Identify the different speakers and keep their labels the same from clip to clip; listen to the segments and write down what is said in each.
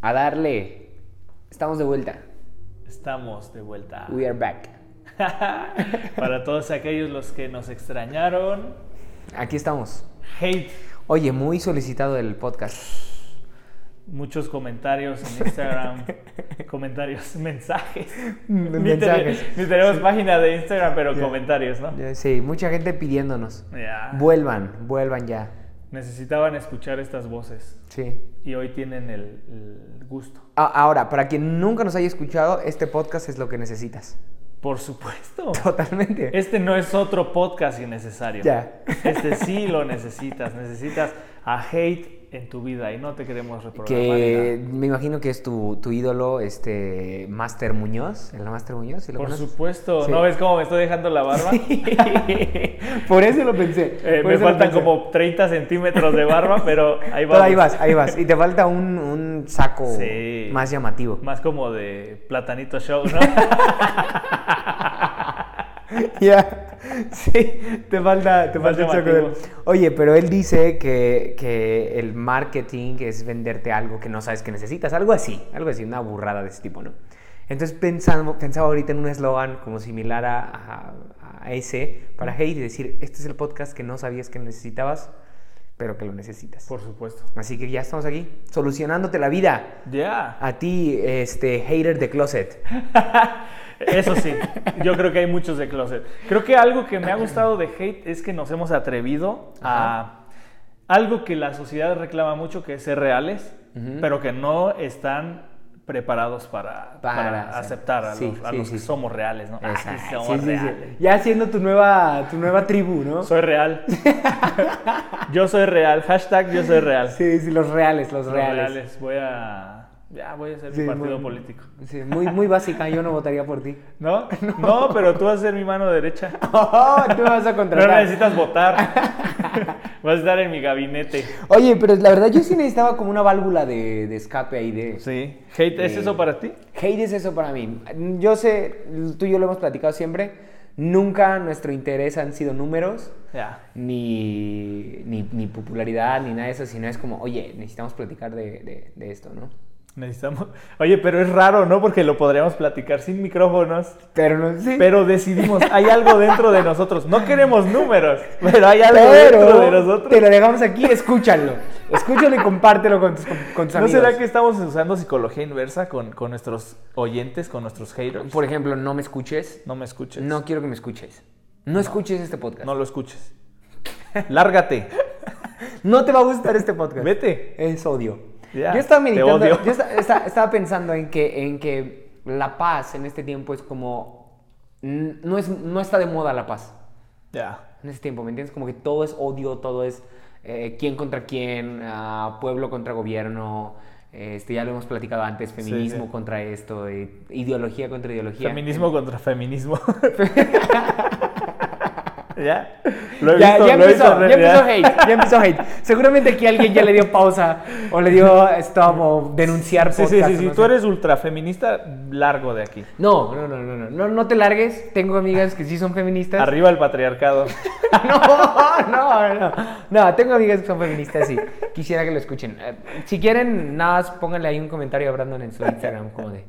Speaker 1: A darle. Estamos de vuelta.
Speaker 2: Estamos de vuelta.
Speaker 1: We are back.
Speaker 2: Para todos aquellos los que nos extrañaron,
Speaker 1: Aquí estamos.
Speaker 2: hate,
Speaker 1: Oye, muy solicitado el podcast.
Speaker 2: muchos comentarios en Instagram, comentarios, mensajes.
Speaker 1: Mm,
Speaker 2: Ni te-
Speaker 1: mensajes.
Speaker 2: ni tenemos página de Instagram, pero
Speaker 1: Ya.
Speaker 2: comentarios, ¿no?
Speaker 1: Ya, Eh, Sí, mucha gente pidiéndonos.
Speaker 2: Ya.
Speaker 1: Vuelvan, vuelvan ya.
Speaker 2: Necesitaban escuchar estas voces
Speaker 1: Sí.
Speaker 2: y hoy tienen el, el gusto.
Speaker 1: A- ahora, para quien nunca nos haya escuchado, este podcast es lo que necesitas.
Speaker 2: Por supuesto.
Speaker 1: Totalmente.
Speaker 2: Este no es otro podcast innecesario.
Speaker 1: Ya.
Speaker 2: Este sí lo necesitas. Necesitas a hate en tu vida y no te queremos reprogramar.
Speaker 1: que me imagino que es tu, tu ídolo, este Master Muñoz, el Master Muñoz, ¿sí lo
Speaker 2: Por
Speaker 1: conoces?
Speaker 2: supuesto.
Speaker 1: Sí.
Speaker 2: ¿No ves cómo me estoy dejando la barba?
Speaker 1: Por eso lo pensé.
Speaker 2: Eh,
Speaker 1: por
Speaker 2: me
Speaker 1: eso lo
Speaker 2: faltan
Speaker 1: pensé.
Speaker 2: como 30 centímetros de barba, pero ahí
Speaker 1: Pero
Speaker 2: vamos.
Speaker 1: ahí vas, ahí vas. Y te falta un, un saco
Speaker 2: Sí.
Speaker 1: más llamativo.
Speaker 2: Más como de platanito show, ¿no?
Speaker 1: Ya. Sí, te falta, te
Speaker 2: Más
Speaker 1: falta un saco de-
Speaker 2: llamativo.
Speaker 1: Oye, pero él dice que, que el marketing es venderte algo que no sabes que necesitas. Algo así, algo así, una burrada de ese tipo, ¿no? Entonces pensando, pensaba ahorita en un eslogan como similar a, a- a ese para Hate y decir, este es el podcast que no sabías que necesitabas, pero que lo necesitas.
Speaker 2: Por supuesto.
Speaker 1: Así que ya estamos aquí, solucionándote la vida.
Speaker 2: Ya.
Speaker 1: A ti, este, hater de closet.
Speaker 2: Eso sí, yo creo que hay muchos de closet. Creo que algo que me ha gustado de hate es que nos hemos atrevido a algo que la sociedad reclama mucho, que es ser reales,
Speaker 1: Ujú.
Speaker 2: pero que no están preparados para,
Speaker 1: Para
Speaker 2: para
Speaker 1: hacer-
Speaker 2: aceptar a
Speaker 1: sí,
Speaker 2: los, a
Speaker 1: sí,
Speaker 2: los
Speaker 1: sí,
Speaker 2: que
Speaker 1: sí.
Speaker 2: somos reales, ¿no? Ah, sí,
Speaker 1: Exacto.
Speaker 2: somos
Speaker 1: Sí, sí, sí.
Speaker 2: reales.
Speaker 1: Ya siendo tu nueva, tu nueva tribu, ¿no?
Speaker 2: Soy real. yo soy real. Hashtag yo soy real.
Speaker 1: Sí, sí, los reales, los
Speaker 2: Los
Speaker 1: reales.
Speaker 2: Voy a. Ya voy a ser
Speaker 1: Sí,
Speaker 2: un partido
Speaker 1: muy-
Speaker 2: político.
Speaker 1: Sí, muy, muy básica, yo no votaría por ti.
Speaker 2: ¿No? ¿No? pero tú vas a ser mi mano derecha.
Speaker 1: Oh, tú me vas a
Speaker 2: No
Speaker 1: contratar.
Speaker 2: necesitas votar. Vas a estar en mi gabinete.
Speaker 1: Oye, pero la verdad yo sí necesitaba como una válvula de, de escape ahí de...
Speaker 2: Sí. Hate, ¿es
Speaker 1: Eh.
Speaker 2: eso para ti?
Speaker 1: Hate es eso para mí. Yo sé, tú y yo lo hemos platicado siempre, nunca nuestro interés han sido números,
Speaker 2: Ya.
Speaker 1: ni, ni, ni popularidad, ni nada de eso, sino es como, oye, necesitamos platicar de, de- de esto, ¿no?
Speaker 2: Necesitamos. Oye, pero es raro, ¿no? Porque lo podríamos platicar sin micrófonos.
Speaker 1: Pero no sé.
Speaker 2: Pero decidimos, hay algo dentro de nosotros. No queremos números, pero hay algo
Speaker 1: Pero
Speaker 2: dentro de nosotros.
Speaker 1: te lo dejamos aquí, escúchalo. Escúchalo y compártelo con tus, con, con tus
Speaker 2: Pues, ¿No
Speaker 1: amigos.
Speaker 2: será que estamos usando psicología inversa con, con nuestros oyentes, con nuestros haters?
Speaker 1: Por ejemplo, no me escuches.
Speaker 2: no me escuches.
Speaker 1: No quiero que me escuches. No, escuches este podcast.
Speaker 2: No
Speaker 1: No.
Speaker 2: lo escuches. Lárgate.
Speaker 1: te va a gustar este podcast.
Speaker 2: Vete.
Speaker 1: Es odio.
Speaker 2: Ya,
Speaker 1: Yo estaba
Speaker 2: te
Speaker 1: meditando.
Speaker 2: odio.
Speaker 1: Yo esta- esta- estaba pensando en que, en que la paz en este tiempo es como. n- No, es, no está de moda la paz.
Speaker 2: Ya.
Speaker 1: en ese tiempo, ¿me entiendes? Como que todo es odio, todo es eh, quién contra quién, ah, pueblo contra gobierno, este, ya lo hemos platicado antes, feminismo
Speaker 2: sí.
Speaker 1: contra esto, eh, ideología contra ideología.
Speaker 2: Feminismo contra feminismo. ya. Lo he
Speaker 1: Ya,
Speaker 2: visto,
Speaker 1: ya
Speaker 2: lo he
Speaker 1: empezó,
Speaker 2: visto en
Speaker 1: ya empezó
Speaker 2: realidad.
Speaker 1: hate, ya empezó hate. Seguramente aquí alguien ya le dio pausa o le dio stop o denunciar
Speaker 2: Sí, sí,
Speaker 1: podcast,
Speaker 2: sí. Si
Speaker 1: no
Speaker 2: tú
Speaker 1: sé.
Speaker 2: eres ultrafeminista, largo de aquí.
Speaker 1: No, no, no, no, no, no, no te largues. Tengo amigas que sí son feministas.
Speaker 2: Arriba el patriarcado.
Speaker 1: no, no, no. No, tengo amigas que son feministas y quisiera que lo escuchen. Eh, Si quieren, nada más pónganle ahí un comentario a Brandon en su Instagram, como de.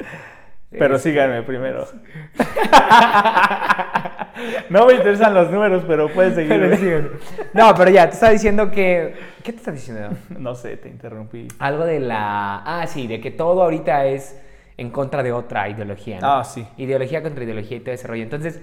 Speaker 2: Pero síganme primero. no me interesan los números, pero puedes
Speaker 1: Pero sí,
Speaker 2: seguirme.
Speaker 1: No, pero ya, te estaba diciendo que. ¿Qué te estaba diciendo?
Speaker 2: No sé, te interrumpí.
Speaker 1: Algo de la. Ah, sí, de que todo ahorita es en contra de otra ideología, ¿no?
Speaker 2: Ah, sí.
Speaker 1: Ideología contra ideología y todo ese rollo. Entonces,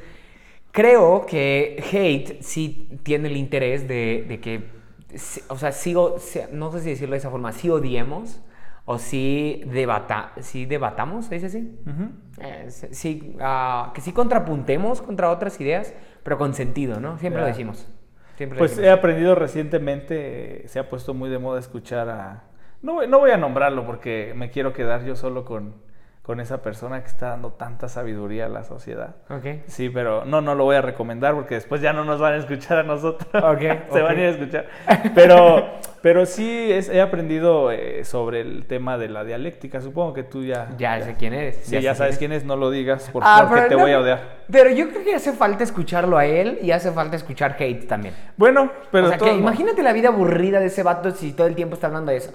Speaker 1: creo que Hate sí tiene el interés de, de que. sí- O sea, sí, o- sí- no sé si decirlo de esa forma, sí odiemos o sí, debata, sí debatamos, ¿se dice así?
Speaker 2: Ujú.
Speaker 1: Eh, s- sí, ah, que sí contrapuntemos contra otras ideas, pero con sentido, ¿no? Siempre lo
Speaker 2: Ya.
Speaker 1: decimos. Siempre
Speaker 2: Pues
Speaker 1: lo
Speaker 2: he
Speaker 1: decimos.
Speaker 2: aprendido recientemente, eh, se ha puesto muy de moda escuchar a... No, voy- no voy a nombrarlo porque me quiero quedar yo solo con, con esa persona que está dando tanta sabiduría a la sociedad.
Speaker 1: Ok.
Speaker 2: Sí, pero no, no lo voy a recomendar porque después ya no nos van a escuchar a nosotros.
Speaker 1: Ok, ok.
Speaker 2: Se van a ir a escuchar. Pero, pero sí es- he aprendido eh, sobre el tema de la dialéctica. Supongo que tú ya...
Speaker 1: Ya sé quién eres.
Speaker 2: Sí, ya,
Speaker 1: sé
Speaker 2: sabes
Speaker 1: eres.
Speaker 2: quién es, no lo digas por,
Speaker 1: Ah,
Speaker 2: porque
Speaker 1: pero
Speaker 2: te
Speaker 1: no-
Speaker 2: voy a odiar.
Speaker 1: Pero yo creo que hace falta escucharlo a él y hace falta escuchar hate también.
Speaker 2: Bueno, pero...
Speaker 1: o sea,
Speaker 2: de todos
Speaker 1: que
Speaker 2: modos-
Speaker 1: imagínate la vida aburrida de ese vato si todo el tiempo está hablando de eso.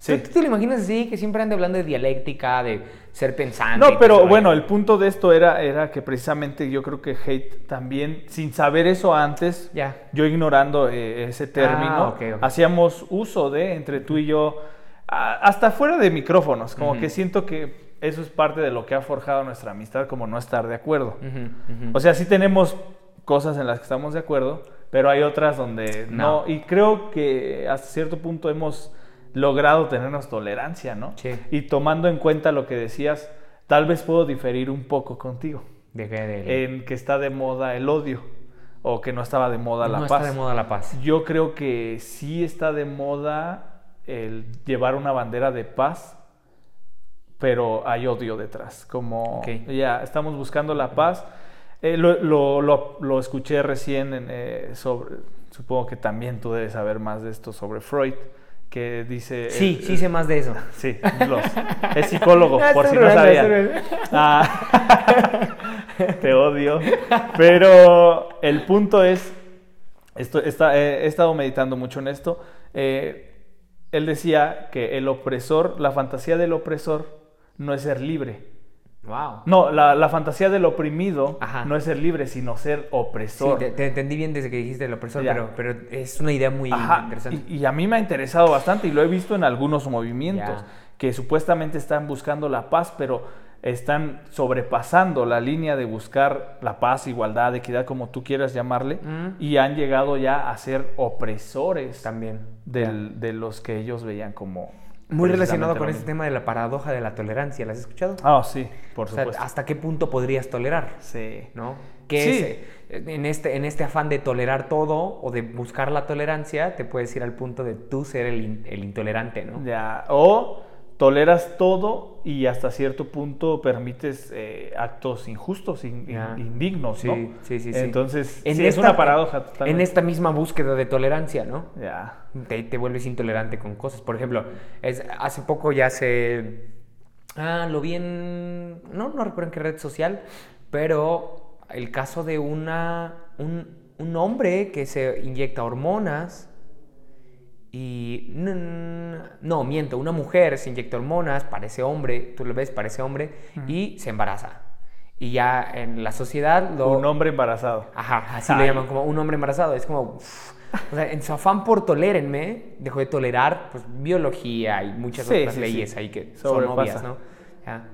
Speaker 2: Sí.
Speaker 1: ¿Tú, tú te lo imaginas así, que siempre ande hablando de dialéctica, de ser pensante? y
Speaker 2: No,
Speaker 1: todo
Speaker 2: pero
Speaker 1: ese
Speaker 2: bueno,
Speaker 1: rollo?
Speaker 2: el punto de esto era, era que precisamente yo creo que hate también, sin saber eso antes,
Speaker 1: Ya.
Speaker 2: yo ignorando eh, ese término,
Speaker 1: Ah, ok, ok.
Speaker 2: hacíamos uso de entre tú y yo, a- hasta fuera de micrófonos, como que siento que eso es parte de lo que ha forjado nuestra amistad, como no estar de acuerdo.
Speaker 1: Ujú, ujú.
Speaker 2: O sea, sí tenemos cosas en las que estamos de acuerdo, pero hay otras donde no.
Speaker 1: No.
Speaker 2: Y creo que hasta cierto punto hemos logrado tenernos tolerancia, ¿no?
Speaker 1: Sí.
Speaker 2: Y tomando en cuenta lo que decías, tal vez puedo diferir un poco contigo
Speaker 1: ¿De qué? Del-
Speaker 2: en que está de moda el odio o que no estaba de moda la
Speaker 1: no
Speaker 2: paz. Eh,
Speaker 1: está de moda la paz.
Speaker 2: Yo creo que sí está de moda el llevar una bandera de paz, pero hay odio detrás. Como
Speaker 1: Ok.
Speaker 2: ya estamos buscando la paz. Eh, lo, lo- lo- lo escuché recién en, eh, sobre, supongo que también tú debes saber más de esto sobre Freud, que dice...
Speaker 1: Sí,
Speaker 2: eh,
Speaker 1: sí sé más de eso.
Speaker 2: Sí, los- es psicólogo,
Speaker 1: Ah,
Speaker 2: por si
Speaker 1: estoy
Speaker 2: no
Speaker 1: bromeando,
Speaker 2: sabían.
Speaker 1: estoy bromeando.
Speaker 2: Ah, te odio. Pero el punto es, esto, está, eh, he estado meditando mucho en esto. eh, él decía que el opresor, la fantasía del opresor no es ser libre.
Speaker 1: Wow.
Speaker 2: No, la, la fantasía del oprimido
Speaker 1: Ajá.
Speaker 2: no es ser libre, sino ser
Speaker 1: Sí,
Speaker 2: opresor.
Speaker 1: te, te entendí bien desde que dijiste el opresor,
Speaker 2: Ya.
Speaker 1: pero, pero es una idea muy
Speaker 2: Ajá,
Speaker 1: interesante.
Speaker 2: Y, y a mí me ha interesado bastante y lo he visto en algunos movimientos
Speaker 1: Ya.
Speaker 2: que supuestamente están buscando la paz, pero están sobrepasando la línea de buscar la paz, igualdad, equidad, como tú quieras llamarle,
Speaker 1: Mm.
Speaker 2: y han llegado ya a ser opresores
Speaker 1: También.
Speaker 2: del- de los que ellos veían
Speaker 1: Muy
Speaker 2: como... precisamente
Speaker 1: relacionado
Speaker 2: lo
Speaker 1: con
Speaker 2: mismo.
Speaker 1: este tema de la paradoja de la tolerancia, ¿la has escuchado?
Speaker 2: Ah, sí,
Speaker 1: O
Speaker 2: por
Speaker 1: sea,
Speaker 2: supuesto.
Speaker 1: ¿hasta qué punto podrías tolerar?
Speaker 2: Sí.
Speaker 1: ¿No? ¿Qué
Speaker 2: Sí.
Speaker 1: es, eh, en este, en este afán de tolerar todo o de buscar la tolerancia, te puedes ir al punto de tú ser el, in- el intolerante, ¿no?
Speaker 2: Ya, o toleras todo y hasta cierto punto permites eh, actos injustos, in- in-
Speaker 1: Ya.
Speaker 2: indignos, ¿no?
Speaker 1: Sí, sí, sí, sí.
Speaker 2: Entonces,
Speaker 1: En
Speaker 2: sí, es
Speaker 1: esta-
Speaker 2: una paradoja totalmente.
Speaker 1: En esta misma búsqueda de tolerancia, ¿no?
Speaker 2: Ya.
Speaker 1: te, te vuelves intolerante con cosas. Por ejemplo, es, hace poco ya se... Ah, lo vi en... No, no recuerdo en qué red social, pero el caso de una, un, un hombre que se inyecta hormonas y... No, no, miento, una mujer se inyecta hormonas, parece hombre, tú lo ves, parece hombre, y se embaraza. Y ya en la sociedad lo...
Speaker 2: Un hombre embarazado.
Speaker 1: Ajá, así lo
Speaker 2: Ay.
Speaker 1: llaman, como un hombre embarazado. Es como, uf, o sea, en su afán por tolérenme, dejó de tolerar pues, biología y muchas
Speaker 2: Sí,
Speaker 1: otras
Speaker 2: sí,
Speaker 1: leyes
Speaker 2: sí.
Speaker 1: ahí que son
Speaker 2: Sobrepasa.
Speaker 1: obvias, ¿no? Ya.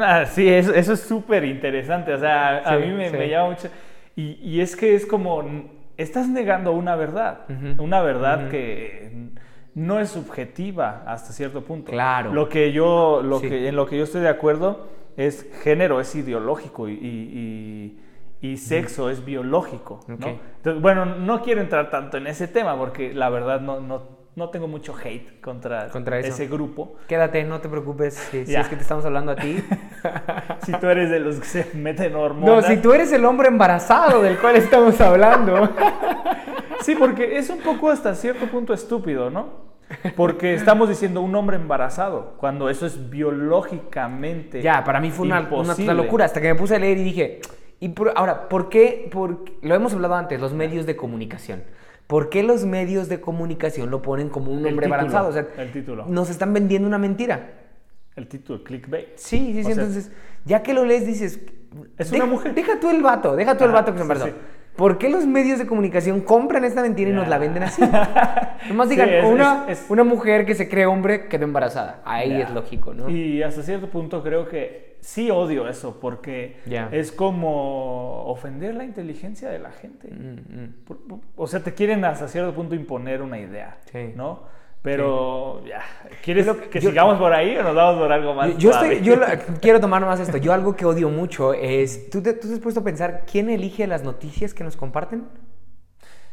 Speaker 2: Ah, sí, eso, eso es súper interesante. O sea, a
Speaker 1: Sí,
Speaker 2: mí me,
Speaker 1: sí.
Speaker 2: me llama mucho. Y, y es que es como. n- Estás negando una verdad.
Speaker 1: Ujú.
Speaker 2: Una verdad que n- no es subjetiva hasta cierto punto.
Speaker 1: Claro.
Speaker 2: Lo que yo, lo
Speaker 1: Sí.
Speaker 2: que, en lo que yo estoy de acuerdo es género, es ideológico y. y- y- y sexo es biológico. ¿no?
Speaker 1: Ok.
Speaker 2: Entonces, bueno, no quiero entrar tanto en ese tema porque la verdad no, no, no tengo mucho hate contra,
Speaker 1: Contra eso.
Speaker 2: ese grupo.
Speaker 1: Quédate, no te preocupes si, si
Speaker 2: Ya.
Speaker 1: es que te estamos hablando a ti.
Speaker 2: Si tú eres de los que se meten
Speaker 1: no,
Speaker 2: hormonas.
Speaker 1: si tú eres el hombre embarazado del cual estamos hablando.
Speaker 2: Sí, porque es un poco hasta cierto punto estúpido, ¿no? Porque estamos diciendo un hombre embarazado, cuando eso es biológicamente.
Speaker 1: ya, para mí fue una, una
Speaker 2: Este, imposible.
Speaker 1: total locura, hasta que me puse a leer y dije, y por- ahora, ¿por qué? por- lo hemos hablado antes, los medios de comunicación. ¿Por qué los medios de comunicación lo ponen como un
Speaker 2: El
Speaker 1: hombre
Speaker 2: título,
Speaker 1: embarazado? O sea,
Speaker 2: el título.
Speaker 1: nos están vendiendo una mentira.
Speaker 2: El título, clickbait.
Speaker 1: Sí, sí,
Speaker 2: O
Speaker 1: sí.
Speaker 2: sea,
Speaker 1: entonces, ya que lo lees, dices.
Speaker 2: Es
Speaker 1: "Deja-
Speaker 2: una mujer".
Speaker 1: Deja tú el vato, deja tú el
Speaker 2: Ajá,
Speaker 1: vato que se
Speaker 2: sí,
Speaker 1: embarazó.
Speaker 2: sí.
Speaker 1: ¿Por qué los medios de comunicación compran esta mentira y nos
Speaker 2: Ya.
Speaker 1: la venden así? Nomás
Speaker 2: Sí,
Speaker 1: digan,
Speaker 2: es-
Speaker 1: una,
Speaker 2: es- es-
Speaker 1: una mujer que se cree hombre quedó embarazada. Ahí
Speaker 2: Ya.
Speaker 1: es lógico, ¿no?
Speaker 2: Y hasta cierto punto creo que sí odio eso, porque
Speaker 1: Ya.
Speaker 2: es como ofender la inteligencia de la gente.
Speaker 1: Mm, mm.
Speaker 2: Por- por- O sea, te quieren hasta cierto punto imponer una idea,
Speaker 1: Sí.
Speaker 2: ¿no? Pero ya, ¿quieres
Speaker 1: Yo lo-
Speaker 2: que
Speaker 1: yo-
Speaker 2: sigamos por ahí o nos vamos por algo más?
Speaker 1: Yo- Yo, estoy-
Speaker 2: suave?
Speaker 1: yo lo- quiero tomar más esto. Yo algo que odio mucho es. ¿tú te, ¿Tú te has puesto a pensar quién elige las noticias que nos comparten?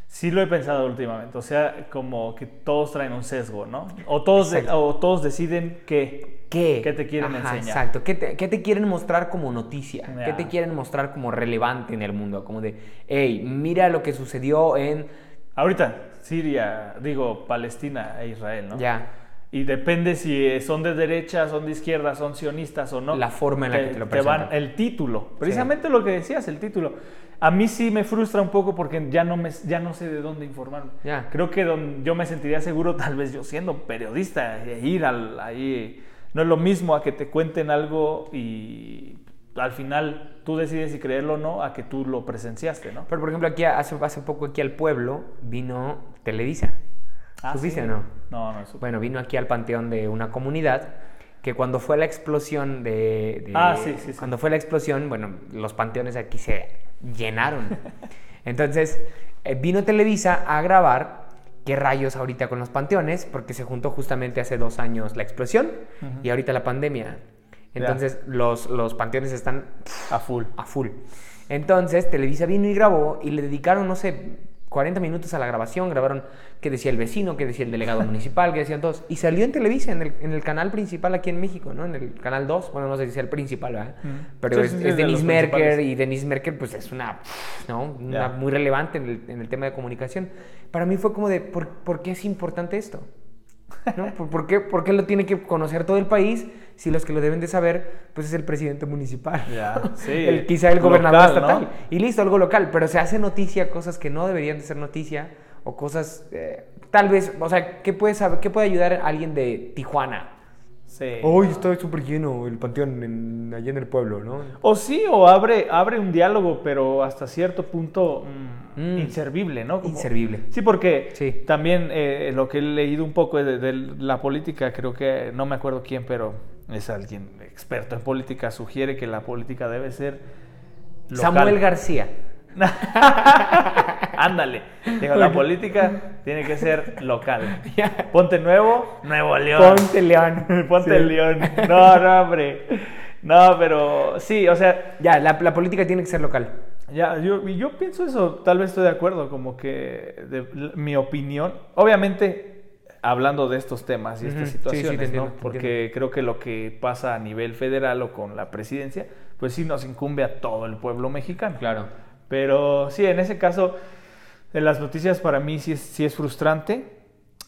Speaker 2: Sí lo he pensado últimamente, o sea, como que todos traen un sesgo, ¿no? O todos, de-
Speaker 1: Exacto.
Speaker 2: o todos deciden que...
Speaker 1: ¿Qué?
Speaker 2: ¿Qué te quieren enseñar?
Speaker 1: Exacto. ¿Qué te, qué te quieren mostrar como noticia? ¿Qué
Speaker 2: Ya.
Speaker 1: te quieren mostrar como relevante en el mundo? Como de, hey, mira lo que sucedió en...
Speaker 2: Ahorita, Siria, digo, Palestina e Israel, ¿no?
Speaker 1: Ya.
Speaker 2: Y depende si eh, son de derecha, son de izquierda, son sionistas o no.
Speaker 1: La forma en la que te lo presentan.
Speaker 2: van el título. Precisamente lo que decías, el título. A mí sí me frustra un poco porque ya no, me, ya no sé de dónde informarme.
Speaker 1: Ya.
Speaker 2: Creo que don- yo me sentiría seguro, tal vez yo siendo periodista, e ir al, ahí. No es lo mismo a que te cuenten algo y al final tú decides si creerlo o no a que tú lo presenciaste, ¿no?
Speaker 1: Pero por ejemplo, aquí hace, hace poco aquí al pueblo vino Televisa.
Speaker 2: Ah,
Speaker 1: ¿Supiste
Speaker 2: sí.
Speaker 1: o no?
Speaker 2: No, no, supe.
Speaker 1: Bueno, vino aquí al panteón de una comunidad que cuando fue la explosión de... de-
Speaker 2: Ah, sí, sí, sí.
Speaker 1: Cuando fue la explosión, bueno, los panteones aquí se llenaron. Entonces, eh, vino Televisa a grabar qué rayos ahorita con los panteones, porque se juntó justamente hace dos años la explosión y ahorita la pandemia.
Speaker 2: Ya.
Speaker 1: Entonces, los, los panteones están
Speaker 2: A full.
Speaker 1: a full. Entonces Televisa vino y grabó y le dedicaron, no sé, 40 minutos a la grabación, grabaron qué decía el vecino, qué decía el delegado municipal, qué decían todos. Y salió en Televisa, en el, en el canal principal aquí en México, ¿no? En el canal 2, bueno, no sé si sea el principal, ¿verdad?
Speaker 2: Mm.
Speaker 1: Pero
Speaker 2: Sí,
Speaker 1: es,
Speaker 2: sí, sí,
Speaker 1: es
Speaker 2: es de
Speaker 1: Denise
Speaker 2: los
Speaker 1: Merker
Speaker 2: principales.
Speaker 1: y Denise Merker pues es una, ¿no? Una
Speaker 2: Ya.
Speaker 1: muy relevante en el, en el tema de comunicación. Para mí fue como de, ¿por, por qué es importante esto? ¿No? ¿Por, por qué, ¿Por qué lo tiene que conocer todo el país si los que lo deben de saber pues es el presidente municipal?
Speaker 2: Ya, sí.
Speaker 1: El- quizá el
Speaker 2: Local,
Speaker 1: gobernador
Speaker 2: ¿no?
Speaker 1: estatal. Y listo, algo local. Pero se hace noticia cosas que no deberían de ser noticia o cosas, eh, tal vez, o sea, ¿qué puede, saber, qué puede ayudar a alguien de Tijuana?
Speaker 2: Sí.
Speaker 1: Hoy está súper lleno el panteón en, allá en el pueblo, ¿no?
Speaker 2: O sí, o abre, abre un diálogo, pero hasta cierto punto mm,
Speaker 1: Mm.
Speaker 2: inservible, ¿no? Como-
Speaker 1: Inservible.
Speaker 2: Sí, porque
Speaker 1: Sí.
Speaker 2: también eh, lo que he leído un poco de, de la política, creo que, no me acuerdo quién, pero es alguien experto en política, sugiere que la política debe ser local.
Speaker 1: Samuel García.
Speaker 2: Ándale. Digo, la política tiene que ser local.
Speaker 1: Ya.
Speaker 2: Ponte nuevo, Nuevo León.
Speaker 1: Ponte León.
Speaker 2: Ponte
Speaker 1: Sí.
Speaker 2: el león. No, no, hombre. No, pero sí, o sea,
Speaker 1: Ya, la, la política tiene que ser local.
Speaker 2: ya, yo, y yo pienso eso, tal vez estoy de acuerdo, como que de- l- mi opinión, obviamente hablando de estos temas y
Speaker 1: Ujú,
Speaker 2: estas
Speaker 1: sí, sí, te
Speaker 2: situaciones,
Speaker 1: entiendo,
Speaker 2: ¿no?
Speaker 1: te
Speaker 2: Porque creo que lo que pasa a nivel federal o con la presidencia, pues sí nos incumbe a todo el pueblo mexicano.
Speaker 1: Claro.
Speaker 2: Pero sí, en ese caso, de las noticias para mí sí es, sí es frustrante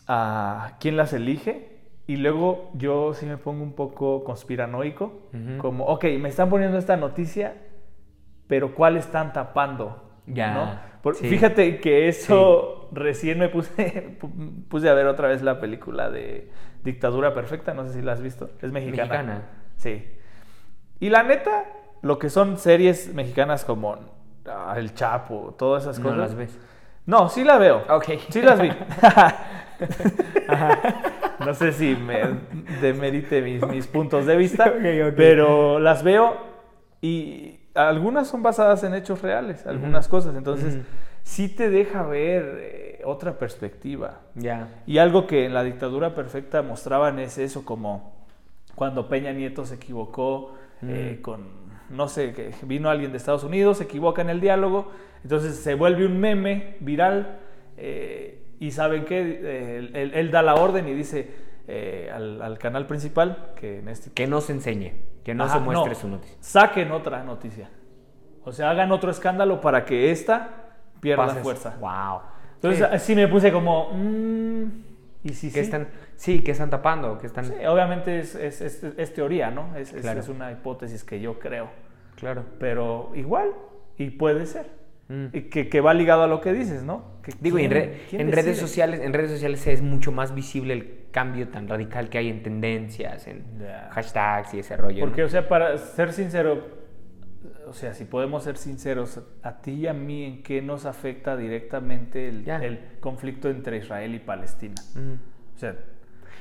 Speaker 2: a quién las elige. Y luego yo sí me pongo un poco conspiranoico,
Speaker 1: Ujú.
Speaker 2: como, ok, me están poniendo esta noticia, pero ¿cuál están tapando?
Speaker 1: Ya,
Speaker 2: ¿No? Por-
Speaker 1: sí.
Speaker 2: Fíjate que eso recién me puse, pu- puse a ver otra vez la película de Dictadura Perfecta, no sé si la has visto, es mexicana.
Speaker 1: Mexicana.
Speaker 2: Sí. Y la neta, lo que son series mexicanas como ah, El Chapo, todas esas
Speaker 1: No
Speaker 2: cosas.
Speaker 1: las ves.
Speaker 2: No, sí la veo.
Speaker 1: Ok.
Speaker 2: Sí las vi. no sé si me demerite mis, mis puntos de vista,
Speaker 1: Ok, ok.
Speaker 2: pero las veo y algunas son basadas en hechos reales, algunas cosas. Entonces,
Speaker 1: Ujú.
Speaker 2: sí te deja ver eh, otra perspectiva.
Speaker 1: Ya.
Speaker 2: Y algo que en la dictadura perfecta mostraban es eso, como cuando Peña Nieto se equivocó
Speaker 1: Mm.
Speaker 2: eh, con, no sé, que vino alguien de Estados Unidos, se equivoca en el diálogo, entonces se vuelve un meme viral eh, y saben que él, él- él da la orden y dice eh, al, al canal principal, que en este
Speaker 1: Que no se enseñe, que no se
Speaker 2: Ajá,
Speaker 1: muestre su noticia.
Speaker 2: Saquen otra noticia. O sea, hagan otro escándalo para que esta pierda
Speaker 1: Pases-
Speaker 2: fuerza.
Speaker 1: Wow.
Speaker 2: Entonces
Speaker 1: Sí.
Speaker 2: sí. me puse como... mm, y si
Speaker 1: que
Speaker 2: sí?
Speaker 1: están, sí, que están tapando, que están,
Speaker 2: Sí, obviamente es, es- es- es teoría, ¿no? Es, es-
Speaker 1: Claro.
Speaker 2: es una hipótesis que yo creo.
Speaker 1: claro.
Speaker 2: Pero igual, y puede ser.
Speaker 1: Mm.
Speaker 2: Y que, que va ligado a lo que dices, ¿no? Que
Speaker 1: Digo, y en,
Speaker 2: quién-
Speaker 1: re-
Speaker 2: quién
Speaker 1: en
Speaker 2: decide.
Speaker 1: redes sociales, en redes sociales es mucho más visible el cambio tan radical que hay en tendencias, en
Speaker 2: Ya.
Speaker 1: hashtags y ese rollo. ¿no?
Speaker 2: Porque, o sea, para ser sincero, o sea, si podemos ser sinceros, a ti y a mí, ¿en qué nos afecta directamente el,
Speaker 1: Ya.
Speaker 2: el conflicto entre Israel y Palestina?
Speaker 1: Mm.
Speaker 2: O sea,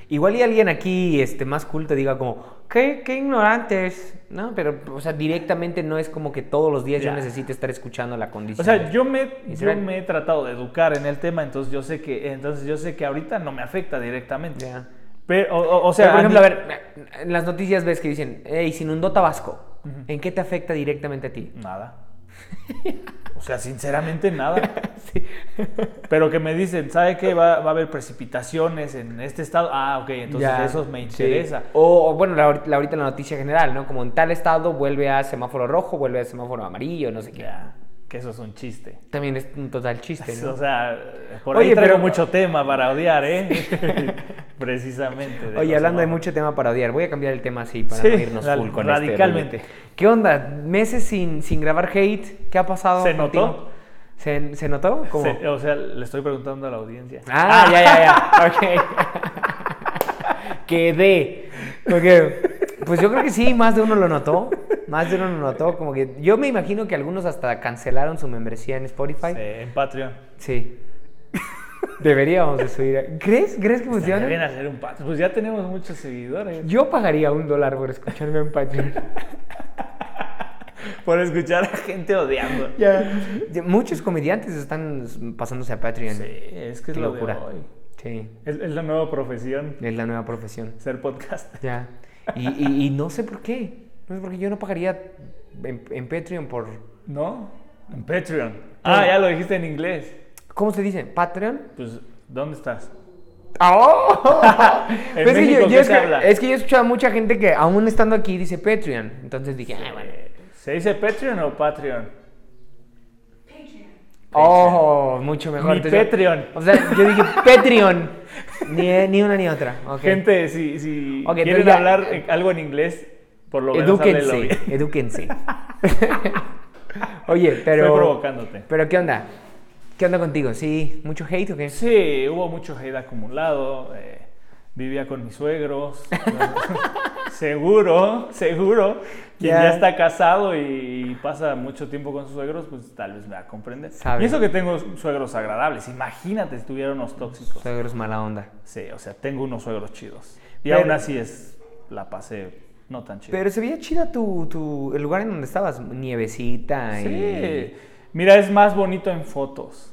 Speaker 1: Igual y alguien aquí este, más culto diga como, qué, qué ignorantes, ¿no? Pero, o sea, directamente no es como que todos los días
Speaker 2: Ya.
Speaker 1: yo necesite estar escuchando la condición.
Speaker 2: O sea, yo me, yo
Speaker 1: Israel.
Speaker 2: me he tratado de educar en el tema, entonces yo sé que, entonces yo sé que ahorita no me afecta directamente.
Speaker 1: Ya.
Speaker 2: Pero, o, o- o
Speaker 1: O sea,
Speaker 2: sea,
Speaker 1: por ejemplo, a
Speaker 2: mí-
Speaker 1: ver, en las noticias ves que dicen, hey, se inundó Tabasco. ¿En qué te afecta directamente a ti?
Speaker 2: Nada. O sea, sinceramente nada.
Speaker 1: Sí.
Speaker 2: Pero que me dicen, ¿sabe qué? Va, va a haber precipitaciones en este estado. Ah, ok, entonces
Speaker 1: Ya,
Speaker 2: eso me
Speaker 1: sí.
Speaker 2: interesa.
Speaker 1: O, o, bueno, la, ahorita- ahorita la noticia general, ¿no? Como en tal estado vuelve a semáforo rojo, vuelve a semáforo amarillo, no sé qué.
Speaker 2: Ya. que eso es un chiste.
Speaker 1: También es un total chiste, ¿no?
Speaker 2: O sea, por
Speaker 1: Oye,
Speaker 2: ahí traigo
Speaker 1: pero-
Speaker 2: mucho tema para odiar, ¿eh? Precisamente. de
Speaker 1: Oye,
Speaker 2: los
Speaker 1: hablando de
Speaker 2: Obama.
Speaker 1: mucho tema para odiar, voy a cambiar el tema así para
Speaker 2: Sí,
Speaker 1: no irnos
Speaker 2: ra-
Speaker 1: full con este
Speaker 2: radicalmente.
Speaker 1: rollo. ¿Qué onda? Meses sin, sin grabar hate, ¿qué ha pasado?
Speaker 2: ¿Se
Speaker 1: contigo?
Speaker 2: notó?
Speaker 1: ¿Se, se notó? ¿Cómo?
Speaker 2: Se- o sea, le estoy preguntando a la audiencia.
Speaker 1: Ah, ya, ya, ya. Ok. Quedé. Ok. Pues yo creo que sí, más de uno lo notó. Más de uno lo notó. Como que yo me imagino que algunos hasta cancelaron su membresía en Spotify.
Speaker 2: Eh, en Patreon.
Speaker 1: Sí. Deberíamos de subir. a- ¿Crees? ¿Crees que
Speaker 2: Deben
Speaker 1: funciona?
Speaker 2: hacer un Patreon. Pues ya tenemos muchos seguidores.
Speaker 1: Yo pagaría un dólar por escucharme en Patreon.
Speaker 2: Por escuchar a gente odiando.
Speaker 1: Ya, Muchos comediantes están pasándose a Patreon.
Speaker 2: Sí, es que es
Speaker 1: Qué
Speaker 2: lo
Speaker 1: locura.
Speaker 2: de hoy.
Speaker 1: Sí.
Speaker 2: Es, es la nueva profesión,
Speaker 1: Es la nueva profesión.
Speaker 2: ser podcast.
Speaker 1: Ya. Y, y- y no sé por qué. No sé por qué yo no pagaría en, en Patreon por.
Speaker 2: ¿No? En Patreon. Ah, ya lo dijiste en inglés.
Speaker 1: ¿Cómo se dice? ¿Patreon?
Speaker 2: Pues, ¿dónde estás?
Speaker 1: ¡Oh!
Speaker 2: En
Speaker 1: es, que
Speaker 2: México,
Speaker 1: yo,
Speaker 2: ¿qué
Speaker 1: yo es,
Speaker 2: se
Speaker 1: que-
Speaker 2: habla?
Speaker 1: es que yo he escuchado a mucha gente que, aún estando aquí, dice Patreon. Entonces dije, ah, bueno.
Speaker 2: Eh, ¿Se dice Patreon o Patreon?
Speaker 1: ¡Oh! Mucho mejor.
Speaker 2: Ni
Speaker 1: Entonces,
Speaker 2: Patreon.
Speaker 1: O sea, yo dije Patreon. Ni, ni una ni otra. ok.
Speaker 2: Gente, si, si
Speaker 1: Ok,
Speaker 2: quieren
Speaker 1: entonces ya-
Speaker 2: hablar eh, algo en inglés, por lo menos háblenlo
Speaker 1: Edúquense,
Speaker 2: bien.
Speaker 1: edúquense. Oye, pero.
Speaker 2: Estoy provocándote.
Speaker 1: Pero ¿qué onda? ¿Qué onda contigo? ¿Sí? ¿Mucho hate o qué?
Speaker 2: Sí, hubo mucho hate acumulado. eh, vivía con mis suegros. seguro, seguro. Quien
Speaker 1: Ya.
Speaker 2: ya está casado y pasa mucho tiempo con sus suegros, pues tal vez me va a comprender.
Speaker 1: Sabe.
Speaker 2: Y eso que tengo suegros agradables. Imagínate si tuviera unos tóxicos.
Speaker 1: Suegros mala onda.
Speaker 2: Sí, o sea, tengo unos suegros chidos. Y
Speaker 1: Pero-
Speaker 2: aún así es, la pasé no tan chida.
Speaker 1: Pero se veía chida tu, tu, el lugar en donde estabas. Nievecita
Speaker 2: Sí.
Speaker 1: y.
Speaker 2: Mira, es más bonito en fotos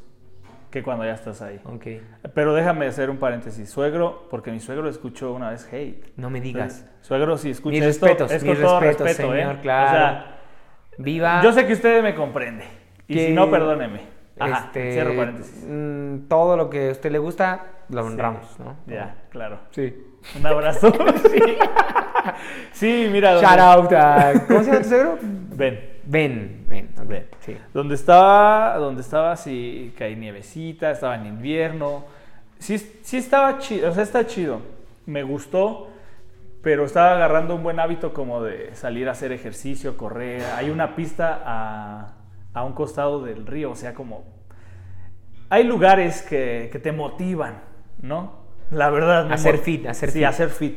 Speaker 2: que cuando ya estás ahí.
Speaker 1: Ok.
Speaker 2: Pero déjame hacer un paréntesis. Suegro, porque mi suegro escuchó una vez hate.
Speaker 1: No me digas.
Speaker 2: Entonces, Suegro, si escucha
Speaker 1: Mis
Speaker 2: esto,
Speaker 1: respetos,
Speaker 2: es con
Speaker 1: mis
Speaker 2: todo
Speaker 1: respetos,
Speaker 2: respeto,
Speaker 1: señor,
Speaker 2: ¿eh?
Speaker 1: claro.
Speaker 2: O sea,
Speaker 1: Viva.
Speaker 2: yo sé que usted me comprende. Y
Speaker 1: Que-
Speaker 2: si no, perdóneme. Ajá,
Speaker 1: este,
Speaker 2: cierro paréntesis.
Speaker 1: mm, todo lo que a usted le gusta, lo honramos,
Speaker 2: Sí,
Speaker 1: ¿no?
Speaker 2: Ya, claro.
Speaker 1: Sí.
Speaker 2: Un abrazo. sí. Sí, mira. donde-
Speaker 1: Shout out a- ¿Cómo se llama tu suegro?
Speaker 2: Ven.
Speaker 1: Ben. Ben. ok,
Speaker 2: Ven.
Speaker 1: Sí.
Speaker 2: Donde estaba, donde estaba, sí, caí nievecita, estaba en invierno. Sí, sí estaba chido, o sea, está chido. Me gustó, pero estaba agarrando un buen hábito como de salir a hacer ejercicio, correr. Hay una pista a, a un costado del río, o sea, como... Hay lugares que, que te motivan, ¿no? La verdad. me
Speaker 1: Hacer
Speaker 2: mot-
Speaker 1: fit, hacer
Speaker 2: sí,
Speaker 1: fit.
Speaker 2: hacer fit.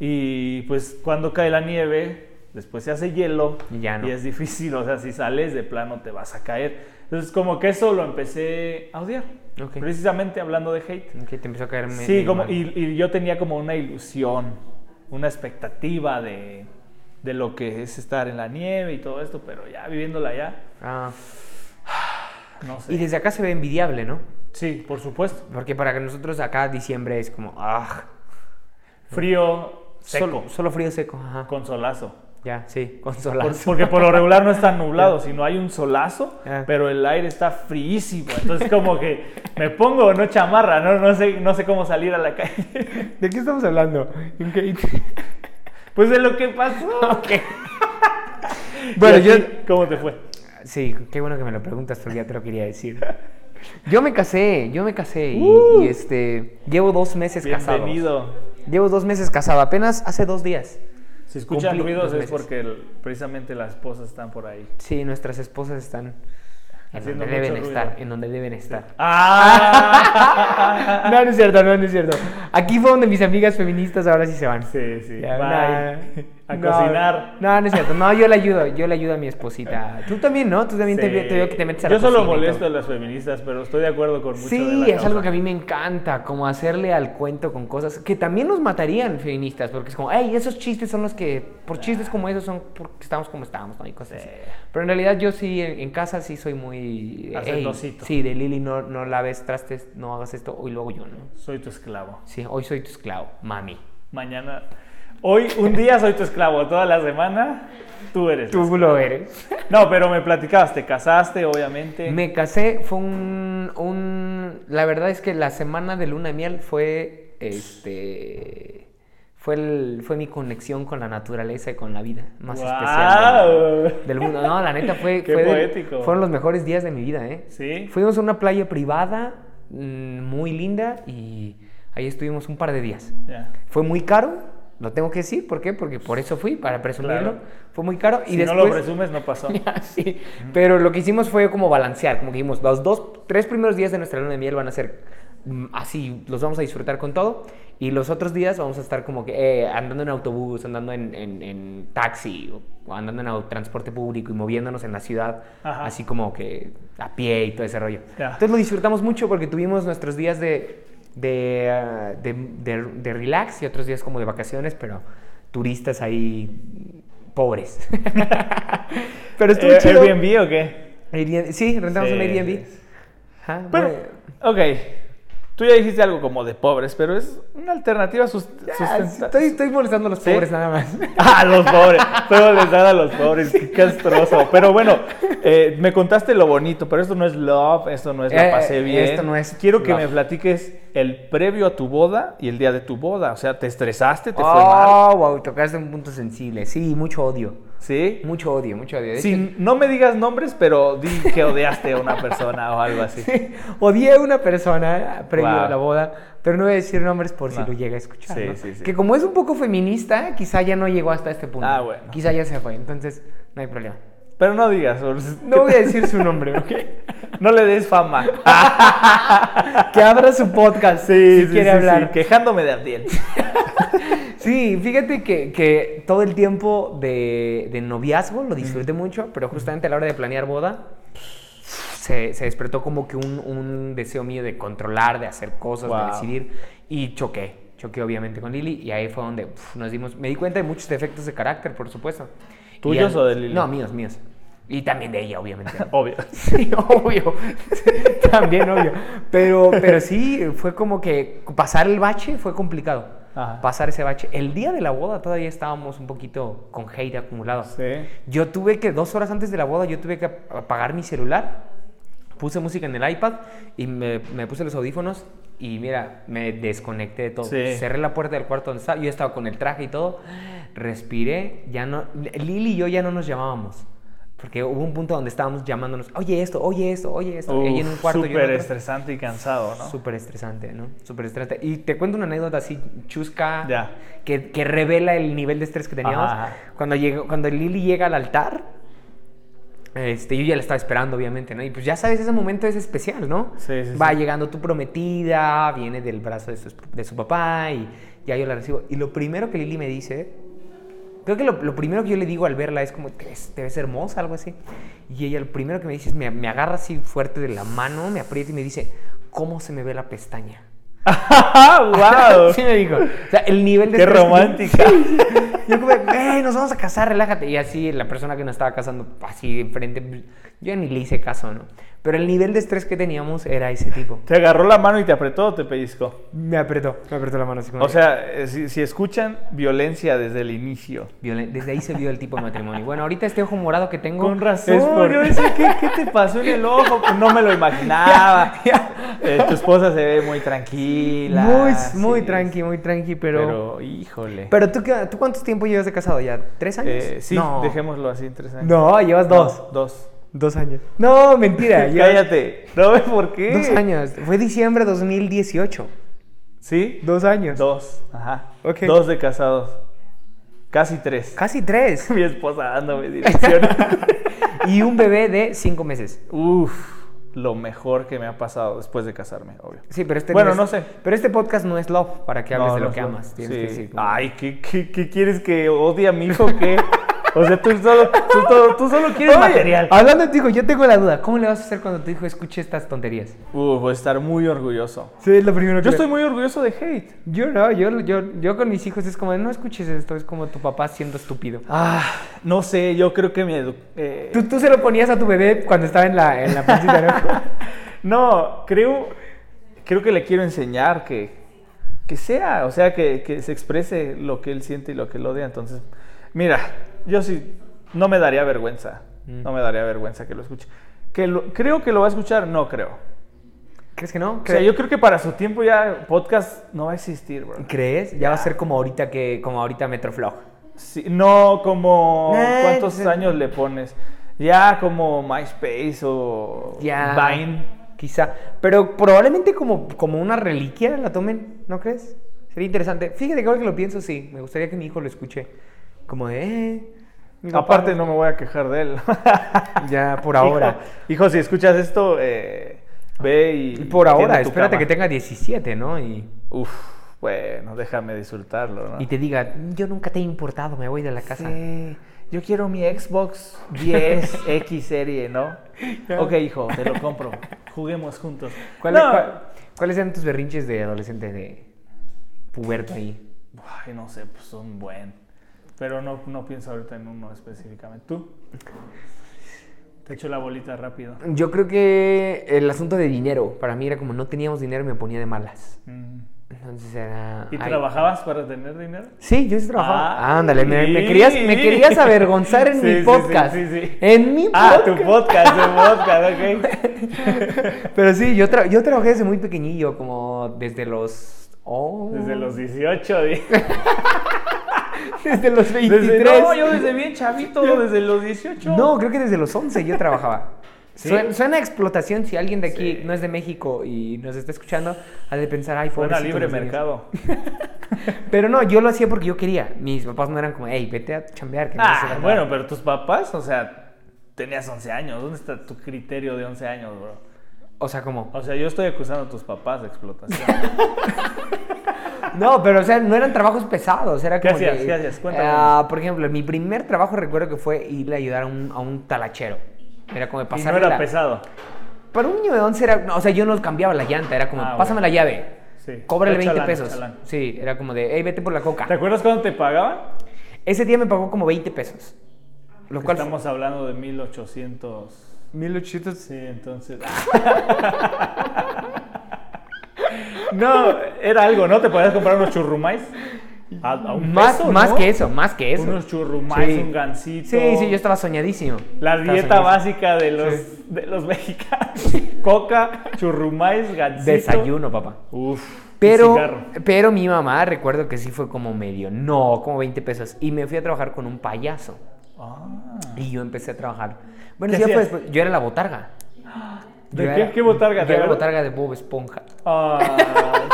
Speaker 2: Y pues cuando cae la nieve, después se hace hielo
Speaker 1: Y ya no.
Speaker 2: es difícil, o sea, si sales de plano te vas a caer. Entonces, como que eso lo empecé a odiar,
Speaker 1: Ok.
Speaker 2: precisamente hablando de hate.
Speaker 1: Ok, te empezó a caer me-
Speaker 2: Sí,
Speaker 1: medio
Speaker 2: como,
Speaker 1: mal.
Speaker 2: y, y yo tenía como una ilusión, una expectativa de, de lo que es estar en la nieve y todo esto, pero ya viviéndola ya,
Speaker 1: Ah,
Speaker 2: no sé.
Speaker 1: y desde acá se ve envidiable, ¿no?
Speaker 2: Sí, por supuesto.
Speaker 1: Porque para nosotros acá diciembre es como, ah,
Speaker 2: Frío, seco,
Speaker 1: solo, solo frío seco, ajá.
Speaker 2: con solazo.
Speaker 1: Ya, sí, con
Speaker 2: Por-
Speaker 1: solazo.
Speaker 2: porque por lo regular no está nublado, sino hay un solazo,
Speaker 1: Ya.
Speaker 2: pero el aire está friísimo. Entonces como que me pongo no chamarra, no, no, sé, no sé cómo salir a la calle.
Speaker 1: ¿De qué estamos hablando?
Speaker 2: Pues de lo que pasó.
Speaker 1: Bueno,
Speaker 2: ¿Y a
Speaker 1: yo-
Speaker 2: ti ¿Cómo te fue?
Speaker 1: Sí, qué bueno que me lo preguntas porque ya te lo quería decir. Yo me casé, yo me casé y,
Speaker 2: Uh.
Speaker 1: y, este, llevo dos meses casado.
Speaker 2: Bienvenido.
Speaker 1: Llevo dos meses casado, apenas hace dos días.
Speaker 2: Si escuchan
Speaker 1: Cumplí
Speaker 2: ruidos
Speaker 1: dos meses.
Speaker 2: es porque el- precisamente las esposas están por ahí.
Speaker 1: Sí, nuestras esposas están en
Speaker 2: Haciendo
Speaker 1: donde deben
Speaker 2: mucho
Speaker 1: estar,
Speaker 2: ruido.
Speaker 1: en donde deben estar.
Speaker 2: ¡Ah!
Speaker 1: No, no es cierto, no, no es cierto. Aquí fue donde mis amigas feministas ahora sí se van.
Speaker 2: sí, sí.
Speaker 1: Ya,
Speaker 2: Bye.
Speaker 1: nah.
Speaker 2: A
Speaker 1: No,
Speaker 2: cocinar.
Speaker 1: No, no es cierto. No, yo le ayudo. Yo le ayudo a mi esposita. Tú también, ¿no? Tú también te,
Speaker 2: Sí.
Speaker 1: te veo que te metes a la
Speaker 2: Yo solo
Speaker 1: cocina y
Speaker 2: molesto
Speaker 1: todo.
Speaker 2: a las feministas, pero estoy de acuerdo con mucho de
Speaker 1: Sí,
Speaker 2: la
Speaker 1: es algo
Speaker 2: causa.
Speaker 1: que a mí me encanta, como hacerle al cuento con cosas que también nos matarían feministas, porque es como, hey, esos chistes son los que, por chistes como esos son porque estamos como estamos, ¿no? Y cosas así.
Speaker 2: Sí.
Speaker 1: Pero en realidad yo sí, en, en casa sí soy muy... eh, "Ey,
Speaker 2: Hacendosito.
Speaker 1: sí, de Lili, no, no laves trastes, no hagas esto, hoy luego yo, ¿no?
Speaker 2: Soy tu esclavo.
Speaker 1: Sí, hoy soy tu esclavo, mami.
Speaker 2: Mañana. Hoy, un día soy tu esclavo, toda la semana tú eres. la
Speaker 1: Tú lo eres.
Speaker 2: esclava. No, pero me platicabas, te casaste, obviamente.
Speaker 1: Me casé, fue un, un- La verdad es que la semana de luna de miel fue. Este. Fue, el, fue mi conexión con la naturaleza y con la vida más
Speaker 2: ¡Guau!
Speaker 1: especial del- del mundo. No, la neta fue,
Speaker 2: Qué
Speaker 1: fue de-
Speaker 2: poético.
Speaker 1: fueron los mejores días de mi vida, ¿eh?
Speaker 2: Sí.
Speaker 1: Fuimos a una playa privada mm, muy linda y ahí estuvimos un par de días.
Speaker 2: Ya.
Speaker 1: Fue muy caro, lo tengo que decir, ¿por qué? Porque por eso fui, para presumirlo.
Speaker 2: Claro.
Speaker 1: Fue muy caro y
Speaker 2: si
Speaker 1: después...
Speaker 2: no lo presumes, no pasó.
Speaker 1: Sí, pero lo que hicimos fue como balancear, como que dijimos, los dos, tres primeros días de nuestra luna de miel van a ser mm, así, los vamos a disfrutar con todo, y los otros días vamos a estar como que eh, andando en autobús, andando en, en- en taxi, o, o andando en au- transporte público y moviéndonos en la ciudad,
Speaker 2: Ajá.
Speaker 1: así como que a pie y todo ese rollo.
Speaker 2: Ya.
Speaker 1: Entonces lo disfrutamos mucho porque tuvimos nuestros días de, de, ah, de, de- de relax y otros días como de vacaciones, pero turistas ahí pobres. Pero estuvo
Speaker 2: Eh,
Speaker 1: chido.
Speaker 2: ¿Airbnb o qué?
Speaker 1: Airbnb. Sí, rentamos
Speaker 2: Sí,
Speaker 1: un Airbnb.
Speaker 2: sí.
Speaker 1: Ajá,
Speaker 2: Pero,
Speaker 1: bueno,
Speaker 2: ok. Tú ya dijiste algo como de pobres, pero es una alternativa sus-
Speaker 1: ah,
Speaker 2: sustenta-
Speaker 1: estoy, estoy molestando a los
Speaker 2: ¿Sí?
Speaker 1: pobres nada más.
Speaker 2: Ah, los pobres. Pero les dan a los pobres. Qué castroso. Pero bueno, eh, me contaste lo bonito, pero esto no es love, esto no es la
Speaker 1: Eh,
Speaker 2: pasé bien.
Speaker 1: esto no es
Speaker 2: Quiero que
Speaker 1: love.
Speaker 2: me platiques el previo a tu boda y el día de tu boda. O sea, ¿te estresaste? ¿Te fue mal?
Speaker 1: Oh, wow, tocaste un punto sensible. Sí, mucho odio.
Speaker 2: ¿Sí?
Speaker 1: Mucho odio, mucho odio. De hecho,
Speaker 2: Sin- no me digas nombres, pero di que odiaste a una persona o algo así.
Speaker 1: Odié a una persona previo
Speaker 2: Wow.
Speaker 1: a la boda, pero no voy a decir nombres por si
Speaker 2: No.
Speaker 1: lo llega a escuchar.
Speaker 2: Sí,
Speaker 1: ¿no?
Speaker 2: sí, sí.
Speaker 1: Que como es un poco feminista, quizá ya no llegó hasta este punto.
Speaker 2: Ah, bueno.
Speaker 1: Quizá ya se fue, entonces no hay problema.
Speaker 2: Pero no digas.
Speaker 1: No voy a decir su nombre, ¿ok?
Speaker 2: No le des fama.
Speaker 1: que abra su podcast si quiere hablar.
Speaker 2: Quejándome de Abdiel.
Speaker 1: Sí, fíjate que, que todo el tiempo de, de noviazgo lo disfruté mucho, pero justamente a la hora de planear boda se, se despertó como que un, un deseo mío de controlar, de hacer cosas,
Speaker 2: Wow.
Speaker 1: de decidir y choqué. Choqué obviamente con Lili y ahí fue donde pf, nos dimos, me di cuenta de muchos defectos de carácter, por supuesto. Y
Speaker 2: ¿Tuyos
Speaker 1: al-
Speaker 2: o de Lili?
Speaker 1: No, míos, míos. Y también de ella, obviamente.
Speaker 2: Obvio.
Speaker 1: Sí, obvio. También obvio. Pero, pero sí, fue como que pasar el bache fue complicado.
Speaker 2: Ajá.
Speaker 1: Pasar ese bache. El día de la boda todavía estábamos un poquito con hate acumulado.
Speaker 2: Sí.
Speaker 1: Yo tuve que, dos horas antes de la boda, yo tuve que ap- apagar mi celular, puse música en el iPad y me, me puse los audífonos y mira, me desconecté de todo.
Speaker 2: Sí.
Speaker 1: Cerré la puerta del cuarto donde estaba, yo estaba con el traje y todo, respiré, ya no, Lili y yo ya no nos llamábamos. Porque hubo un punto donde estábamos llamándonos, oye esto, oye esto, oye esto. Ella en un
Speaker 2: Uf,
Speaker 1: cuarto, yo en
Speaker 2: Súper
Speaker 1: otro.
Speaker 2: estresante y cansado, ¿no?
Speaker 1: Súper estresante, ¿no? Súper estresante. Y te cuento una anécdota así chusca
Speaker 2: Ya.
Speaker 1: que, que revela el nivel de estrés que teníamos.
Speaker 2: Ajá, ajá.
Speaker 1: Cuando, llegó, cuando Lili llega al altar, este, yo ya la estaba esperando, obviamente, ¿no? Y pues ya sabes, ese momento es especial, ¿no?
Speaker 2: Sí, sí,
Speaker 1: Va
Speaker 2: sí.
Speaker 1: llegando tu prometida, viene del brazo de su, esp- de su papá y ya yo la recibo. Y lo primero que Lili me dice, creo que lo, lo primero que yo le digo al verla es como, te ves, te ves hermosa, algo así. Y ella lo primero que me dice es, me, me agarra así fuerte de la mano, me aprieta y me dice, ¿cómo se me ve la pestaña?
Speaker 2: ¡Wow!
Speaker 1: sí me dijo. O sea, el nivel de
Speaker 2: ¡Qué
Speaker 1: estrés que yo-
Speaker 2: romántica!
Speaker 1: yo como, "Güey, nos vamos a casar, relájate. Y así la persona que nos estaba casando, así enfrente, pues, yo ni le hice caso, ¿no? Pero el nivel de estrés que teníamos era ese tipo.
Speaker 2: ¿Te agarró la mano y te apretó o te pellizcó?
Speaker 1: Me apretó, me apretó la mano así como...
Speaker 2: O sea, eh, si, si escuchan violencia desde el inicio.
Speaker 1: violen- desde ahí se vio el tipo de matrimonio. Bueno, ahorita este ojo morado que tengo...
Speaker 2: Con razón.
Speaker 1: es por-
Speaker 2: Yo decía, ¿qué, qué te pasó en el ojo? Pues No me lo imaginaba. Eh, tu esposa se ve muy tranquila.
Speaker 1: muy,
Speaker 2: sí,
Speaker 1: muy tranqui, muy tranqui, pero... Pero,
Speaker 2: Pero, híjole.
Speaker 1: tú, qué- ¿tú cuántos tiempo llevas de casado ya? ¿Tres años?
Speaker 2: Eh, sí,
Speaker 1: no.
Speaker 2: dejémoslo así en tres años.
Speaker 1: No, llevas dos.
Speaker 2: No, dos.
Speaker 1: Dos años. No, mentira. llevas-
Speaker 2: Cállate. No ves por qué.
Speaker 1: Dos años. Fue diciembre de 2018.
Speaker 2: ¿Sí?
Speaker 1: Dos años.
Speaker 2: Dos. Ajá.
Speaker 1: Ok.
Speaker 2: Dos de casados. Casi tres.
Speaker 1: Casi tres.
Speaker 2: Mi esposa dándome direcciones.
Speaker 1: y un bebé de cinco meses.
Speaker 2: Uf, lo mejor que me ha pasado después de casarme, obvio.
Speaker 1: Sí, pero este
Speaker 2: Bueno,
Speaker 1: es-
Speaker 2: no sé.
Speaker 1: Pero este podcast no es love para que hables
Speaker 2: No,
Speaker 1: de lo
Speaker 2: no
Speaker 1: que
Speaker 2: sé.
Speaker 1: amas. Tienes
Speaker 2: Sí.
Speaker 1: que decir. como-
Speaker 2: Ay, ¿qué, qué, qué quieres que odie a mi hijo? ¿Qué? O sea, tú solo, tú, todo- tú solo quieres
Speaker 1: Oye,
Speaker 2: material.
Speaker 1: Hablando de tu hijo, yo tengo la duda. ¿Cómo le vas a hacer cuando tu hijo escuche estas tonterías?
Speaker 2: Uf, voy a estar muy orgulloso.
Speaker 1: Sí, es lo primero
Speaker 2: Yo estoy muy orgulloso de Hate.
Speaker 1: Yo no, yo, yo, yo con mis hijos es como, no escuches esto, es como tu papá siendo estúpido.
Speaker 2: Ah, no sé, yo creo que mi edu- eh,
Speaker 1: Tú, tú se lo ponías a tu bebé cuando estaba en la, en la pancita, ¿no?
Speaker 2: No, creo, creo que le quiero enseñar que, que sea, o sea, que, que se exprese lo que él siente y lo que él odia. Entonces, mira, yo sí, no me daría
Speaker 1: Mm.
Speaker 2: vergüenza, no me daría vergüenza que lo escuche. Que lo- creo que lo va a escuchar, no creo.
Speaker 1: ¿Crees que no?
Speaker 2: O sea, yo creo que para su tiempo ya podcast no va a existir, bro.
Speaker 1: ¿Crees? Ya va a ser como ahorita que como ahorita Metroflog.
Speaker 2: Sí, no como
Speaker 1: Eh,
Speaker 2: cuántos
Speaker 1: sí.
Speaker 2: años le pones. Ya como MySpace o
Speaker 1: Ya.
Speaker 2: Vine.
Speaker 1: Quizá. Pero probablemente como, como una reliquia la tomen, ¿no crees? Sería interesante. Fíjate que ahora que lo pienso, sí. Me gustaría que mi hijo lo escuche. Como de... eh, mi papá-
Speaker 2: Aparte no me voy a quejar de él.
Speaker 1: Ya, por ahora.
Speaker 2: Hijo, hijo, si escuchas esto, eh, ve y...
Speaker 1: Y por ahora,
Speaker 2: tiende tu
Speaker 1: espérate
Speaker 2: cama.
Speaker 1: que tenga 17, ¿no? Y,
Speaker 2: Uf, bueno, déjame disfrutarlo, ¿no?
Speaker 1: y te diga, yo nunca te he importado, me voy de la casa.
Speaker 2: Sí, yo quiero mi Xbox 10 X serie, ¿no?
Speaker 1: Ya.
Speaker 2: Ok, hijo, te lo compro. Juguemos juntos.
Speaker 1: ¿Cuál-
Speaker 2: No.
Speaker 1: cuál- ¿Cuáles eran tus berrinches de adolescente de puberto ahí?
Speaker 2: Ay, no sé, pues un buen. Pero no, no pienso ahorita en uno específicamente. ¿Tú? Te echo la bolita rápido.
Speaker 1: Yo creo que el asunto de dinero, para mí era como no teníamos dinero y me ponía de malas.
Speaker 2: Mm.
Speaker 1: Entonces era...
Speaker 2: ¿Y
Speaker 1: ay.
Speaker 2: trabajabas para tener dinero?
Speaker 1: Sí, yo sí trabajaba.
Speaker 2: Ah,
Speaker 1: Ándale, me, me
Speaker 2: sí.
Speaker 1: querías, me querías avergonzar en
Speaker 2: Sí, sí,
Speaker 1: mi
Speaker 2: sí,
Speaker 1: podcast.
Speaker 2: sí, sí.
Speaker 1: En mi
Speaker 2: Ah,
Speaker 1: podcast.
Speaker 2: tu podcast, tu podcast, ok.
Speaker 1: Pero sí, yo, tra- yo trabajé desde muy pequeñillo, como desde los... oh,
Speaker 2: Desde los 18, di-
Speaker 1: desde los 23.
Speaker 2: desde, no, yo desde bien chavito, desde los 18.
Speaker 1: No, creo que desde los 11 yo trabajaba.
Speaker 2: ¿Sí?
Speaker 1: Suena, suena a explotación si alguien de aquí
Speaker 2: Sí.
Speaker 1: no es de México y nos está escuchando, ha de pensar, ay,
Speaker 2: Suena
Speaker 1: pobrecitos
Speaker 2: libre
Speaker 1: los niños".
Speaker 2: mercado.
Speaker 1: Pero no, yo lo hacía porque yo quería. Mis papás no eran como, hey, vete a chambear. Que no vas a
Speaker 2: Ah,
Speaker 1: ganar".
Speaker 2: bueno, pero tus papás, o sea, tenías 11 años. ¿Dónde está tu criterio de 11 años, bro?
Speaker 1: O sea, como...
Speaker 2: O sea, yo estoy acusando a tus papás de explotación.
Speaker 1: No, pero o sea, no eran trabajos pesados, era
Speaker 2: ¿Qué
Speaker 1: como
Speaker 2: hacías?
Speaker 1: que-
Speaker 2: ¿Qué hacías? Cuéntame.
Speaker 1: Ah, por ejemplo, mi primer trabajo recuerdo que fue irle a ayudar a un, a un talachero. Era como de
Speaker 2: y
Speaker 1: pasarle
Speaker 2: no era
Speaker 1: la-
Speaker 2: pesado.
Speaker 1: Para un niño de 11 era, no, o sea, yo no cambiaba la llanta, era como,
Speaker 2: Ah, bueno.
Speaker 1: pásame la llave.
Speaker 2: Sí.
Speaker 1: Cóbrale
Speaker 2: Era
Speaker 1: 20
Speaker 2: chalán,
Speaker 1: pesos.
Speaker 2: chalán.
Speaker 1: Sí, era como de, hey, vete por la coca.
Speaker 2: ¿Te acuerdas cuando te pagaban?
Speaker 1: Ese día me pagó como 20 pesos. Lo cual
Speaker 2: Estamos hablando de 1800.
Speaker 1: 1800.
Speaker 2: Sí, entonces.
Speaker 1: Ah.
Speaker 2: no, era algo, ¿no? ¿Te podías comprar unos churrumais? A, a un
Speaker 1: Más,
Speaker 2: peso,
Speaker 1: más
Speaker 2: ¿no?
Speaker 1: que eso, más que eso.
Speaker 2: Unos churrumais,
Speaker 1: Sí.
Speaker 2: un gansito.
Speaker 1: Sí, sí, yo estaba soñadísimo.
Speaker 2: La
Speaker 1: Estaba
Speaker 2: dieta
Speaker 1: soñadísimo.
Speaker 2: básica de los, de los mexicanos. Coca, churrumais, gansito.
Speaker 1: Desayuno, papá.
Speaker 2: Uf. y
Speaker 1: Pero,
Speaker 2: cigarro.
Speaker 1: pero mi mamá, recuerdo que sí fue como medio, no, como 20 pesos. Y me fui a trabajar con un payaso.
Speaker 2: Ah.
Speaker 1: Y yo empecé a trabajar. Bueno,
Speaker 2: ¿Qué
Speaker 1: sí, ya fue
Speaker 2: hacías?
Speaker 1: después. Yo era la botarga.
Speaker 2: ¿De
Speaker 1: Yo
Speaker 2: qué- qué botarga? ¿Te
Speaker 1: Yo era la
Speaker 2: acuerdas?
Speaker 1: botarga de Bob Esponja.
Speaker 2: Ah,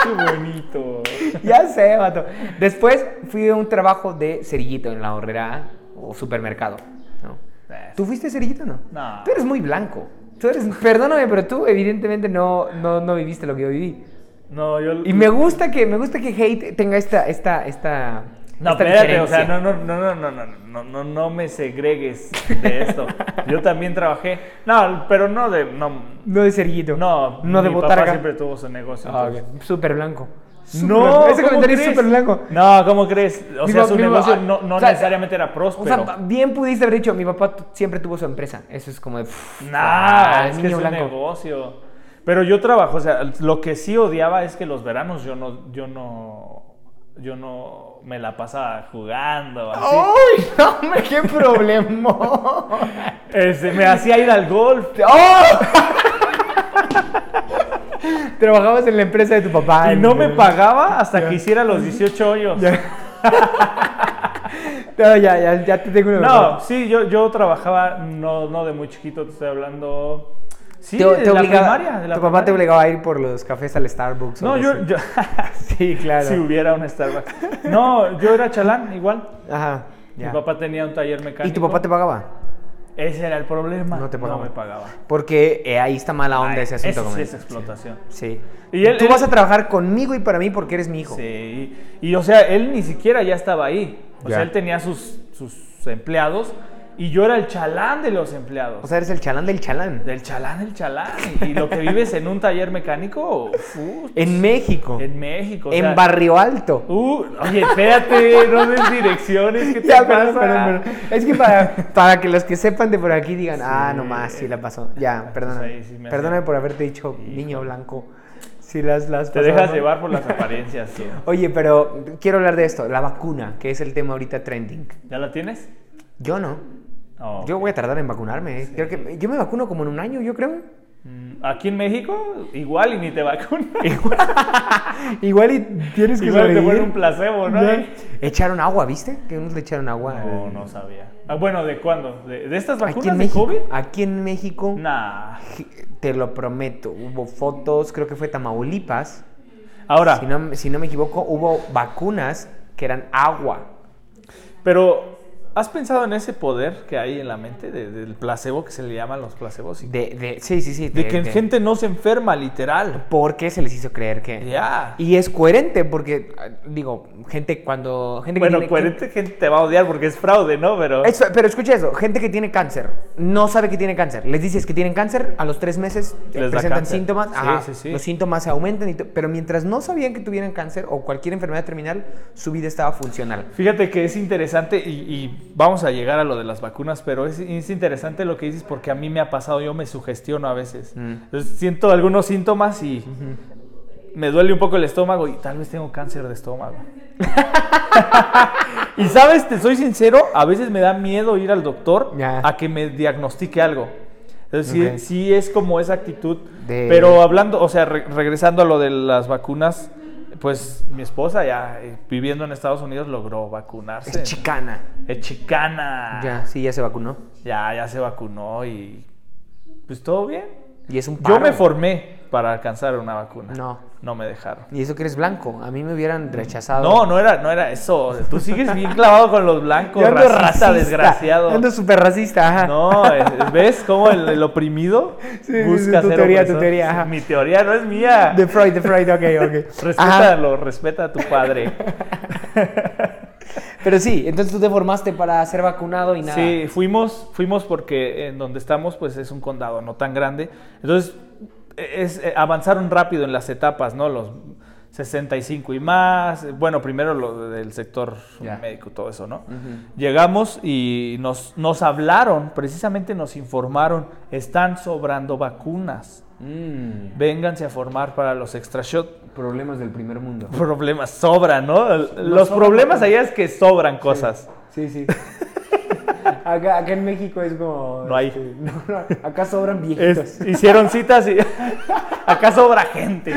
Speaker 2: qué bonito.
Speaker 1: ya sé, vato. Después fui a un trabajo de cerillito en la horrera o supermercado. ¿no? ¿Tú fuiste cerillito o no?
Speaker 2: No.
Speaker 1: Tú eres muy blanco. Tú eres, perdóname, pero tú evidentemente no, no, no viviste lo que yo viví.
Speaker 2: No, yo.
Speaker 1: Y me gusta que, me gusta que Hate tenga esta, esta, esta.
Speaker 2: No,
Speaker 1: esta
Speaker 2: espérate, o
Speaker 1: diferencia.
Speaker 2: sea, no, no, no, no, no, no, no, no, no me segregues de esto. Yo también trabajé. No, pero no de. No,
Speaker 1: No de cerillito.
Speaker 2: no,
Speaker 1: no de
Speaker 2: mi
Speaker 1: botarga.
Speaker 2: Papá siempre tuvo su negocio.
Speaker 1: Ah,
Speaker 2: entonces-
Speaker 1: ok. Súper blanco. Súper
Speaker 2: No,
Speaker 1: blanco. ese
Speaker 2: ¿cómo
Speaker 1: comentario es
Speaker 2: crees?
Speaker 1: súper blanco.
Speaker 2: No, ¿cómo crees? O
Speaker 1: Mi
Speaker 2: sea,
Speaker 1: pa-
Speaker 2: su
Speaker 1: mi pa-
Speaker 2: negocio
Speaker 1: ah,
Speaker 2: no, no
Speaker 1: o sea,
Speaker 2: necesariamente era
Speaker 1: O sea,
Speaker 2: próspero.
Speaker 1: pa- bien pudiste haber dicho, mi papá t- siempre tuvo su empresa. Eso es como de. pff,
Speaker 2: Nah,
Speaker 1: ah,
Speaker 2: es
Speaker 1: el
Speaker 2: que es
Speaker 1: niño
Speaker 2: un
Speaker 1: blanco.
Speaker 2: negocio. Pero yo trabajo, o sea, lo que sí odiaba es que los veranos yo no, yo no, yo no me la pasaba jugando. Así.
Speaker 1: ¡Ay, no, hombre, qué problema! ¡Oh!
Speaker 2: Este, me hacía ir al golf.
Speaker 1: Trabajabas en la empresa de tu papá.
Speaker 2: Y
Speaker 1: en-
Speaker 2: no me pagaba hasta que hiciera los 18 hoyos.
Speaker 1: No, ya, ya, ya te tengo una
Speaker 2: No,
Speaker 1: verdad.
Speaker 2: sí, yo, yo trabajaba, no, no de muy chiquito, te estoy hablando. Sí,
Speaker 1: Te-
Speaker 2: de
Speaker 1: te
Speaker 2: la
Speaker 1: obligaba-
Speaker 2: primaria. de la
Speaker 1: tu papá te
Speaker 2: primaria.
Speaker 1: obligaba a ir por los cafés al Starbucks. o
Speaker 2: No,
Speaker 1: algo
Speaker 2: yo,
Speaker 1: así.
Speaker 2: yo-
Speaker 1: Sí, claro.
Speaker 2: si hubiera un Starbucks. No, yo era chalán, igual.
Speaker 1: Ajá. ya.
Speaker 2: Mi papá tenía un taller mecánico.
Speaker 1: ¿Y tu papá te pagaba?
Speaker 2: Ese era el problema.
Speaker 1: No te pagaba.
Speaker 2: me pagaba.
Speaker 1: Porque eh, ahí está mala onda
Speaker 2: Ay,
Speaker 1: ese asunto.
Speaker 2: eso Ah, sí
Speaker 1: comadre.
Speaker 2: es explotación.
Speaker 1: Sí.
Speaker 2: Y él-
Speaker 1: Tú
Speaker 2: él-
Speaker 1: vas a trabajar conmigo y para mí porque eres mi hijo.
Speaker 2: Sí, y, y, o sea, él ni siquiera ya estaba ahí. O
Speaker 1: Ya.
Speaker 2: sea, él tenía sus, sus empleados y yo era el chalán de los empleados.
Speaker 1: O sea, eres el chalán del chalán.
Speaker 2: del chalán, del chalán. Y, y lo que vives en un taller mecánico, uf, pues,
Speaker 1: En México.
Speaker 2: en México. o
Speaker 1: en
Speaker 2: sea,
Speaker 1: Barrio Alto.
Speaker 2: uh, oye, espérate, no des direcciones, ¿qué te
Speaker 1: Ya,
Speaker 2: pasa?
Speaker 1: perdón, perdón, perdón. Es que para, para que los que sepan de por aquí digan, ah, nomás, sí la pasó. Ya, perdóname.
Speaker 2: Pues ahí sí me hace-
Speaker 1: perdóname por haberte dicho niño blanco. Si las, las
Speaker 2: Te
Speaker 1: pasaba
Speaker 2: dejas
Speaker 1: mal.
Speaker 2: llevar por las apariencias, tú.
Speaker 1: Oye, pero quiero hablar de esto, la vacuna, que es el tema ahorita trending.
Speaker 2: ¿Ya la tienes?
Speaker 1: Yo no.
Speaker 2: No.
Speaker 1: Yo voy a tardar en vacunarme. eh. Creo que yo me vacuno como en un año, yo creo.
Speaker 2: Mm, Aquí en México, igual y ni te vacunan.
Speaker 1: Igual y tienes que
Speaker 2: Igual te
Speaker 1: sobrevivir.
Speaker 2: ponen un placebo, ¿no?
Speaker 1: Ya. Echaron agua, ¿viste? Que unos le echaron agua.
Speaker 2: No,
Speaker 1: al-
Speaker 2: no sabía. Ah, bueno, ¿de cuándo? ¿De, de estas
Speaker 1: Aquí en
Speaker 2: vacunas de
Speaker 1: México.
Speaker 2: COVID?
Speaker 1: Aquí en México.
Speaker 2: Nah.
Speaker 1: Te lo prometo, hubo fotos, creo que fue Tamaulipas.
Speaker 2: Ahora,
Speaker 1: Si no, si no me equivoco, hubo vacunas que eran agua.
Speaker 2: pero ¿has pensado en ese poder que hay en la mente de- del placebo que se le llaman los placebos? Y- De,
Speaker 1: De, de- sí, sí, sí.
Speaker 2: que gente no se enferma, literal.
Speaker 1: ¿Por qué se les hizo creer que.?
Speaker 2: Ya.
Speaker 1: Y es coherente, porque, ah, digo, gente cuando. Gente que
Speaker 2: bueno,
Speaker 1: tiene-
Speaker 2: coherente gente te va a odiar porque es fraude, ¿no? Pero
Speaker 1: Eso, pero escucha eso, gente que tiene cáncer, no sabe que tiene cáncer, les dices que tienen cáncer, a los tres meses eh,
Speaker 2: Les da
Speaker 1: presentan
Speaker 2: cáncer.
Speaker 1: síntomas,
Speaker 2: Sí,
Speaker 1: ajá,
Speaker 2: sí, sí.
Speaker 1: los síntomas se aumentan, y to- pero mientras no sabían que tuvieran cáncer o cualquier enfermedad terminal, su vida estaba funcional.
Speaker 2: Fíjate que es interesante y, y vamos a llegar a lo de las vacunas, pero es, es interesante lo que dices porque a mí me ha pasado, yo me sugestiono a veces.
Speaker 1: Mm.
Speaker 2: Entonces, siento algunos síntomas y me duele un poco el estómago y tal vez tengo cáncer de estómago. y sabes, te soy sincero, a veces me da miedo ir al doctor
Speaker 1: Ya.
Speaker 2: a que me diagnostique algo. Entonces, sí-
Speaker 1: Ok.
Speaker 2: sí, es como esa actitud.
Speaker 1: De-
Speaker 2: Pero hablando, o sea, re- regresando a lo de las vacunas, pues mi esposa ya eh, viviendo en Estados Unidos logró vacunarse.
Speaker 1: Es chicana.
Speaker 2: Es chicana.
Speaker 1: Ya, sí, ya se vacunó.
Speaker 2: Ya, ya se vacunó y pues todo bien.
Speaker 1: Y es un paro.
Speaker 2: Yo me formé para alcanzar una vacuna.
Speaker 1: No.
Speaker 2: No me dejaron.
Speaker 1: Y eso que eres blanco, a mí me hubieran rechazado.
Speaker 2: Mm. No, no era, no era eso. Tú sigues bien clavado con los blancos,
Speaker 1: Yo ando
Speaker 2: racista, desgraciado.
Speaker 1: Ando súper racista, ajá.
Speaker 2: No, eh, ¿ves cómo el, el oprimido
Speaker 1: Sí, sí,
Speaker 2: busca
Speaker 1: sí, tu
Speaker 2: ser
Speaker 1: teoría, tu
Speaker 2: opresor?
Speaker 1: teoría, ajá.
Speaker 2: Mi teoría no es mía.
Speaker 1: De Freud, de Freud, ok, ok. Ajá.
Speaker 2: Respétalo, respeta a tu padre.
Speaker 1: Pero sí, entonces tú te formaste para ser vacunado y nada.
Speaker 2: Sí, fuimos, fuimos porque en donde estamos pues es un condado no tan grande. Entonces es, eh, avanzaron rápido en las etapas, ¿no? Los 65 y más. eh, Bueno, primero lo del sector
Speaker 1: Ya.
Speaker 2: médico, todo eso, ¿no?
Speaker 1: Ujú.
Speaker 2: Llegamos y nos, nos hablaron, precisamente nos informaron, están sobrando vacunas.
Speaker 1: Mm,
Speaker 2: Vénganse a formar para los extra shot.
Speaker 1: problemas del primer mundo.
Speaker 2: Problemas sobran, ¿no?
Speaker 1: sobran
Speaker 2: Los problemas
Speaker 1: cosas.
Speaker 2: allá es que sobran cosas.
Speaker 1: Sí, sí. Acá, acá en México es como.
Speaker 2: No hay.
Speaker 1: este, no, no, acá sobran viejitos.
Speaker 2: Es- hicieron citas y acá sobra gente.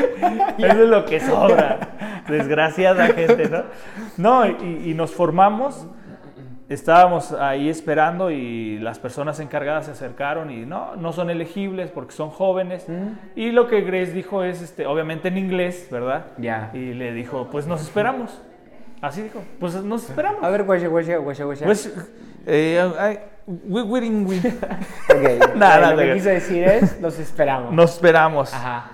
Speaker 2: Eso es lo que sobra. Desgraciada gente, ¿no? No, y, y nos formamos. Estábamos ahí esperando y las personas encargadas se acercaron y no, no son elegibles porque son jóvenes.
Speaker 1: Mm.
Speaker 2: Y lo que Grace dijo es, este, obviamente en inglés, ¿verdad?
Speaker 1: Ya.
Speaker 2: Y le dijo, pues nos esperamos. Así dijo, pues nos esperamos.
Speaker 1: A ver, guacha, guacha, guacha, guacha.
Speaker 2: Pues, eh, I- we- we- we-
Speaker 1: Ok, eh,
Speaker 2: Nada,
Speaker 1: lo
Speaker 2: nada.
Speaker 1: que quiso decir es: los esperamos.
Speaker 2: nos esperamos.
Speaker 1: Ajá.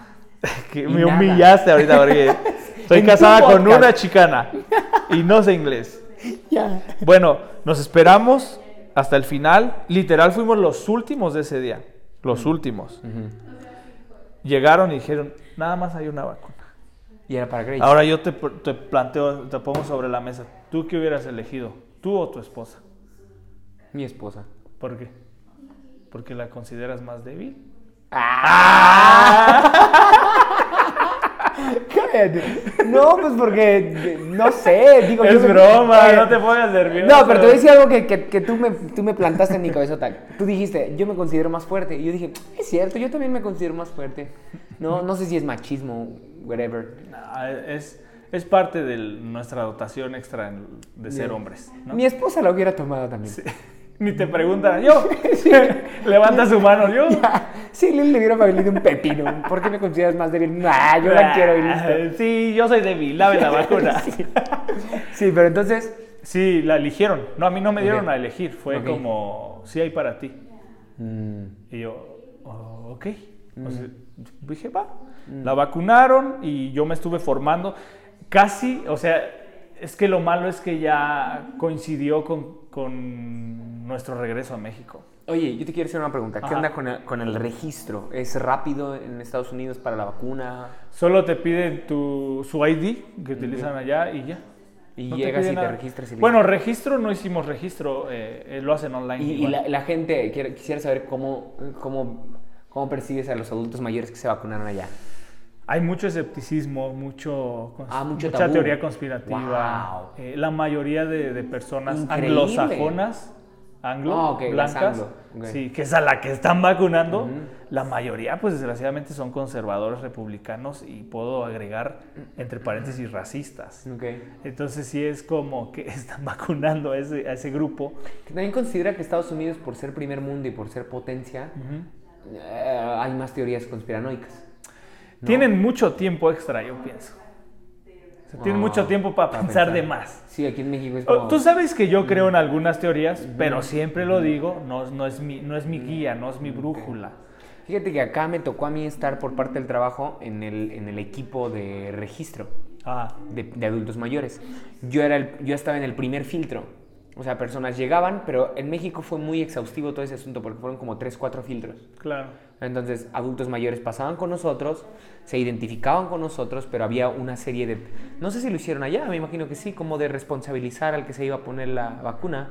Speaker 2: Que
Speaker 1: Y
Speaker 2: me
Speaker 1: nada.
Speaker 2: humillaste ahorita porque estoy
Speaker 1: En tu
Speaker 2: casada con
Speaker 1: podcast.
Speaker 2: una chicana y no sé inglés.
Speaker 1: Ya.
Speaker 2: Bueno, nos esperamos hasta el final. Literal fuimos los últimos de ese día.
Speaker 1: Mm.
Speaker 2: Los últimos. Llegaron y dijeron, nada más hay una vacuna.
Speaker 1: Y era para Grace.
Speaker 2: Ahora yo te, pr- te planteo, te pongo sobre la mesa. ¿Tú qué hubieras elegido? ¿Tú o tu esposa?
Speaker 1: Mi esposa.
Speaker 2: ¿Por qué? Porque la consideras más débil. Ah.
Speaker 1: Cállate. No, pues porque. No sé. Digo, yo
Speaker 2: Es
Speaker 1: creo que-
Speaker 2: broma,
Speaker 1: eh,
Speaker 2: no te pongas nervioso.
Speaker 1: No, pero te voy a decir algo que, que- que tú, me, tú me plantaste en mi cabezota. Tú dijiste, yo me considero más fuerte. Y yo dije, es cierto, yo también me considero más fuerte. No, no sé si es machismo, whatever.
Speaker 2: Ah, Es, es parte de nuestra dotación extra en- de ser hombres. ¿no?
Speaker 1: Mi esposa lo hubiera tomado también. Sí,
Speaker 2: Ni te preguntan, yo. Levanta su mano, yo.
Speaker 1: Lil le hubiera valido un pepino. ¿Por qué me consideras más débil? Nah, yo la quiero y listo.
Speaker 2: Ah, Sí, yo soy débil, dame la vacuna.
Speaker 1: Sí.
Speaker 2: sí.
Speaker 1: Sí, pero entonces.
Speaker 2: la eligieron. No, a mí no me dieron
Speaker 1: Ok.
Speaker 2: a elegir. Fue
Speaker 1: Ok.
Speaker 2: como, sí hay para ti.
Speaker 1: mm,
Speaker 2: Y yo, "Oh, ok. O sea, dije, va.
Speaker 1: Mm.
Speaker 2: La vacunaron y yo me estuve formando. Casi, o sea, es que lo malo es que ya coincidió con, con nuestro regreso a México.
Speaker 1: Oye, yo te quiero hacer una pregunta. ¿Qué
Speaker 2: Ajá.
Speaker 1: onda con el, con el registro? ¿Es rápido en Estados Unidos para la vacuna?
Speaker 2: Solo te piden tu, su ID que utilizan allá y ya.
Speaker 1: Y
Speaker 2: No
Speaker 1: llegas
Speaker 2: piden
Speaker 1: y te
Speaker 2: nada.
Speaker 1: registras y listo.
Speaker 2: Bueno, registro no hicimos registro, eh, eh, lo hacen online.
Speaker 1: Y, y
Speaker 2: igual.
Speaker 1: la, la gente, quiere- quisiera saber cómo, cómo, cómo persigues a los adultos mayores que se vacunaron allá.
Speaker 2: Hay mucho escepticismo, mucho, cons-
Speaker 1: Ah, mucho
Speaker 2: mucha
Speaker 1: tabú.
Speaker 2: teoría conspirativa.
Speaker 1: Wow.
Speaker 2: Eh, la mayoría de, de personas
Speaker 1: Increíble.
Speaker 2: anglosajonas anglo,
Speaker 1: Ah, ok, las
Speaker 2: blancas,
Speaker 1: anglo, ok.
Speaker 2: sí, que es a la que están vacunando,
Speaker 1: Ujú.
Speaker 2: la mayoría, pues desgraciadamente, son conservadores republicanos y puedo agregar, entre paréntesis, racistas.
Speaker 1: Ok.
Speaker 2: Entonces sí es como que están vacunando a ese, a ese grupo.
Speaker 1: Que también considera que Estados Unidos, por ser primer mundo y por ser potencia, eh, hay más teorías conspiranoicas.
Speaker 2: Tienen mucho tiempo extra, yo pienso. O sea, tienen
Speaker 1: Ah,
Speaker 2: mucho tiempo para pensar, de más.
Speaker 1: Sí, aquí en México es
Speaker 2: O-
Speaker 1: como...
Speaker 2: Oh, Tú sabes que yo creo en algunas teorías, pero siempre lo digo, no, no, es mi, no es mi guía, no es mi brújula.
Speaker 1: Fíjate que acá me tocó a mí estar por parte del trabajo en el, en el equipo de registro
Speaker 2: Ah,
Speaker 1: de, de adultos mayores. Yo, era el- yo estaba en el primer filtro. O sea, personas llegaban, pero en México fue muy exhaustivo todo ese asunto porque fueron como 3, 4 filtros.
Speaker 2: claro.
Speaker 1: Entonces, adultos mayores pasaban con nosotros, se identificaban con nosotros, pero había una serie de... No sé si lo hicieron allá, me imagino que sí, como de responsabilizar al que se iba a poner la vacuna.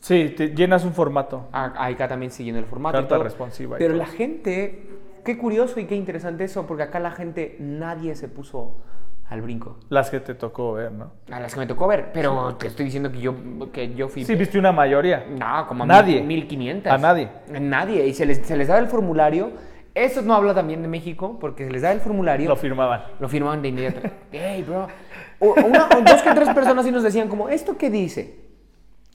Speaker 2: Sí, te llenas un formato.
Speaker 1: A- Acá también siguiendo el formato. y
Speaker 2: Carta
Speaker 1: todo.
Speaker 2: responsiva y
Speaker 1: Pero
Speaker 2: todo.
Speaker 1: la gente, qué curioso y qué interesante eso, porque acá la gente, nadie se puso al brinco.
Speaker 2: Las que te tocó ver, ¿no?
Speaker 1: A las que me tocó ver, pero te estoy diciendo que yo, que yo fui...
Speaker 2: Sí, viste una mayoría.
Speaker 1: No, como a
Speaker 2: Nadie.
Speaker 1: mil- 1500.
Speaker 2: A nadie.
Speaker 1: A nadie. Y se les, se les daba el formulario. Eso no habla también de México, porque se les daba el formulario.
Speaker 2: Lo firmaban.
Speaker 1: Lo firmaban de inmediato. Hey, bro. O, una, o dos que tres personas sí nos decían como, ¿esto qué dice?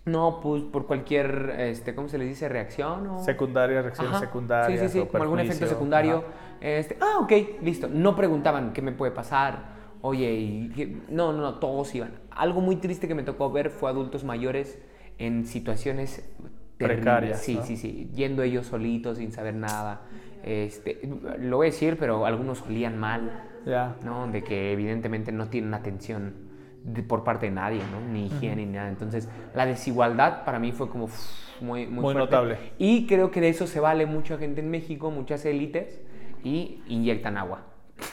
Speaker 1: No, pues por cualquier, este, ¿cómo se les dice? Reacción o...
Speaker 2: Secundaria, reacciones
Speaker 1: Ajá.
Speaker 2: secundarias.
Speaker 1: Sí, sí,
Speaker 2: o
Speaker 1: sí, como algún
Speaker 2: perjuicio.
Speaker 1: efecto secundario.
Speaker 2: Ajá.
Speaker 1: Este, ah, ok, listo. No preguntaban qué me puede pasar. Oye, y qué- no, no, no, todos iban. Algo muy triste que me tocó ver fue adultos mayores en situaciones terribles.
Speaker 2: Precarias,
Speaker 1: Sí,
Speaker 2: ¿no?
Speaker 1: sí, sí, yendo ellos solitos sin saber nada. Este, lo voy a decir, pero algunos olían mal.
Speaker 2: Ya.
Speaker 1: ¿no? De que evidentemente no tienen atención de- por parte de nadie, ¿no? Ni higiene ni nada. Entonces, la desigualdad para mí fue como uf, muy, muy,
Speaker 2: Muy
Speaker 1: fuerte.
Speaker 2: notable.
Speaker 1: Y creo que de eso se vale mucha gente en México, muchas élites, y inyectan agua.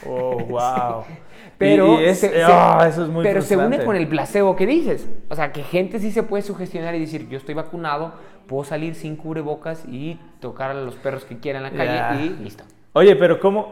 Speaker 2: Oh, wow.
Speaker 1: Pero,
Speaker 2: Y- y es-
Speaker 1: se- se-
Speaker 2: ah, eso es muy
Speaker 1: pero se une
Speaker 2: frustrante.
Speaker 1: con el placebo que dices. O sea, que gente sí se puede sugestionar y decir, yo estoy vacunado, puedo salir sin cubrebocas y tocar a los perros que quiera en la calle
Speaker 2: Ya.
Speaker 1: y listo.
Speaker 2: Oye, pero ¿cómo?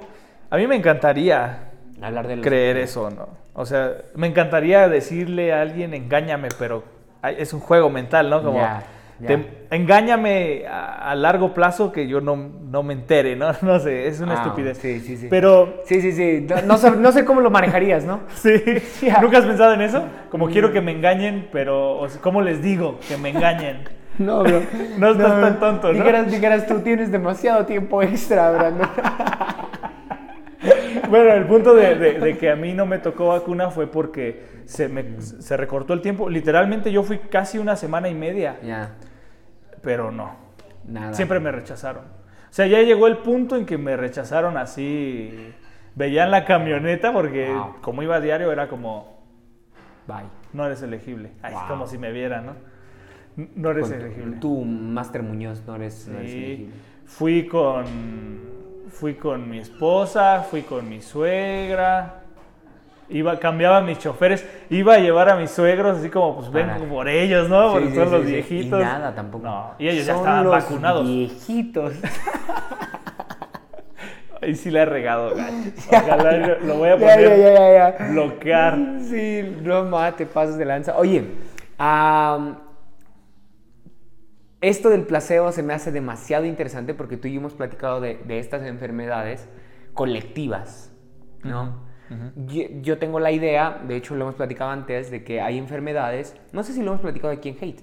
Speaker 2: A mí me encantaría
Speaker 1: Hablar de los...
Speaker 2: creer eso, ¿no? O sea, me encantaría decirle a alguien, engáñame, pero ay, es un juego mental, ¿no? Como,
Speaker 1: Ya, ya.
Speaker 2: te- engáñame a, a largo plazo que yo no, no me entere, ¿no? No sé, es una
Speaker 1: Ah,
Speaker 2: estupidez.
Speaker 1: sí, sí, sí.
Speaker 2: Pero,
Speaker 1: Sí, sí, sí. No, no sé, no sé cómo lo manejarías, ¿no?
Speaker 2: sí,
Speaker 1: Ya.
Speaker 2: ¿nunca has pensado en eso? Como quiero
Speaker 1: Mm.
Speaker 2: que me engañen, pero, o sea, ¿cómo les digo que me engañen?
Speaker 1: No, bro.
Speaker 2: No estás tan tonto, ¿no?
Speaker 1: Dijeras, dijeras, tú tienes demasiado tiempo extra, Brandon.
Speaker 2: Bueno, el punto de, de- de que a mí no me tocó vacuna fue porque se, me, se recortó el tiempo. Literalmente yo fui casi una semana y media,
Speaker 1: ya,
Speaker 2: pero no.
Speaker 1: nada.
Speaker 2: Siempre me rechazaron. O sea, ya llegó el punto en que me rechazaron así. Veían la camioneta porque
Speaker 1: Wow.
Speaker 2: como iba a diario era como,
Speaker 1: Bye.
Speaker 2: no eres elegible. Ay,
Speaker 1: Wow.
Speaker 2: Como si me vieran, ¿no? N- No eres elegible.
Speaker 1: Con tu, tu Master Muñoz no eres, no eres
Speaker 2: Sí.
Speaker 1: elegible.
Speaker 2: Fui con. Fui con mi esposa, fui con mi suegra. Iba, cambiaba mis choferes, iba a llevar a mis suegros, así como, pues ven
Speaker 1: Para-
Speaker 2: por ellos, ¿no?
Speaker 1: Sí,
Speaker 2: Porque
Speaker 1: sí,
Speaker 2: son
Speaker 1: sí,
Speaker 2: los
Speaker 1: sí.
Speaker 2: viejitos.
Speaker 1: Y nada tampoco.
Speaker 2: No, y ellos ya
Speaker 1: Son
Speaker 2: estaban
Speaker 1: los
Speaker 2: vacunados.
Speaker 1: viejitos.
Speaker 2: Ahí sí la he regado, gacho. Ojalá lo, lo voy a
Speaker 1: Ya,
Speaker 2: poner.
Speaker 1: ya, ya, ya, ya.
Speaker 2: bloquear.
Speaker 1: Sí, no ma, te pasas de lanza. Oye, am, esto del placebo se me hace demasiado interesante porque tú y yo hemos platicado de, de estas enfermedades colectivas, ¿no? yo, yo tengo la idea, de hecho lo hemos platicado antes, de que hay enfermedades, no sé si lo hemos platicado aquí en Hate.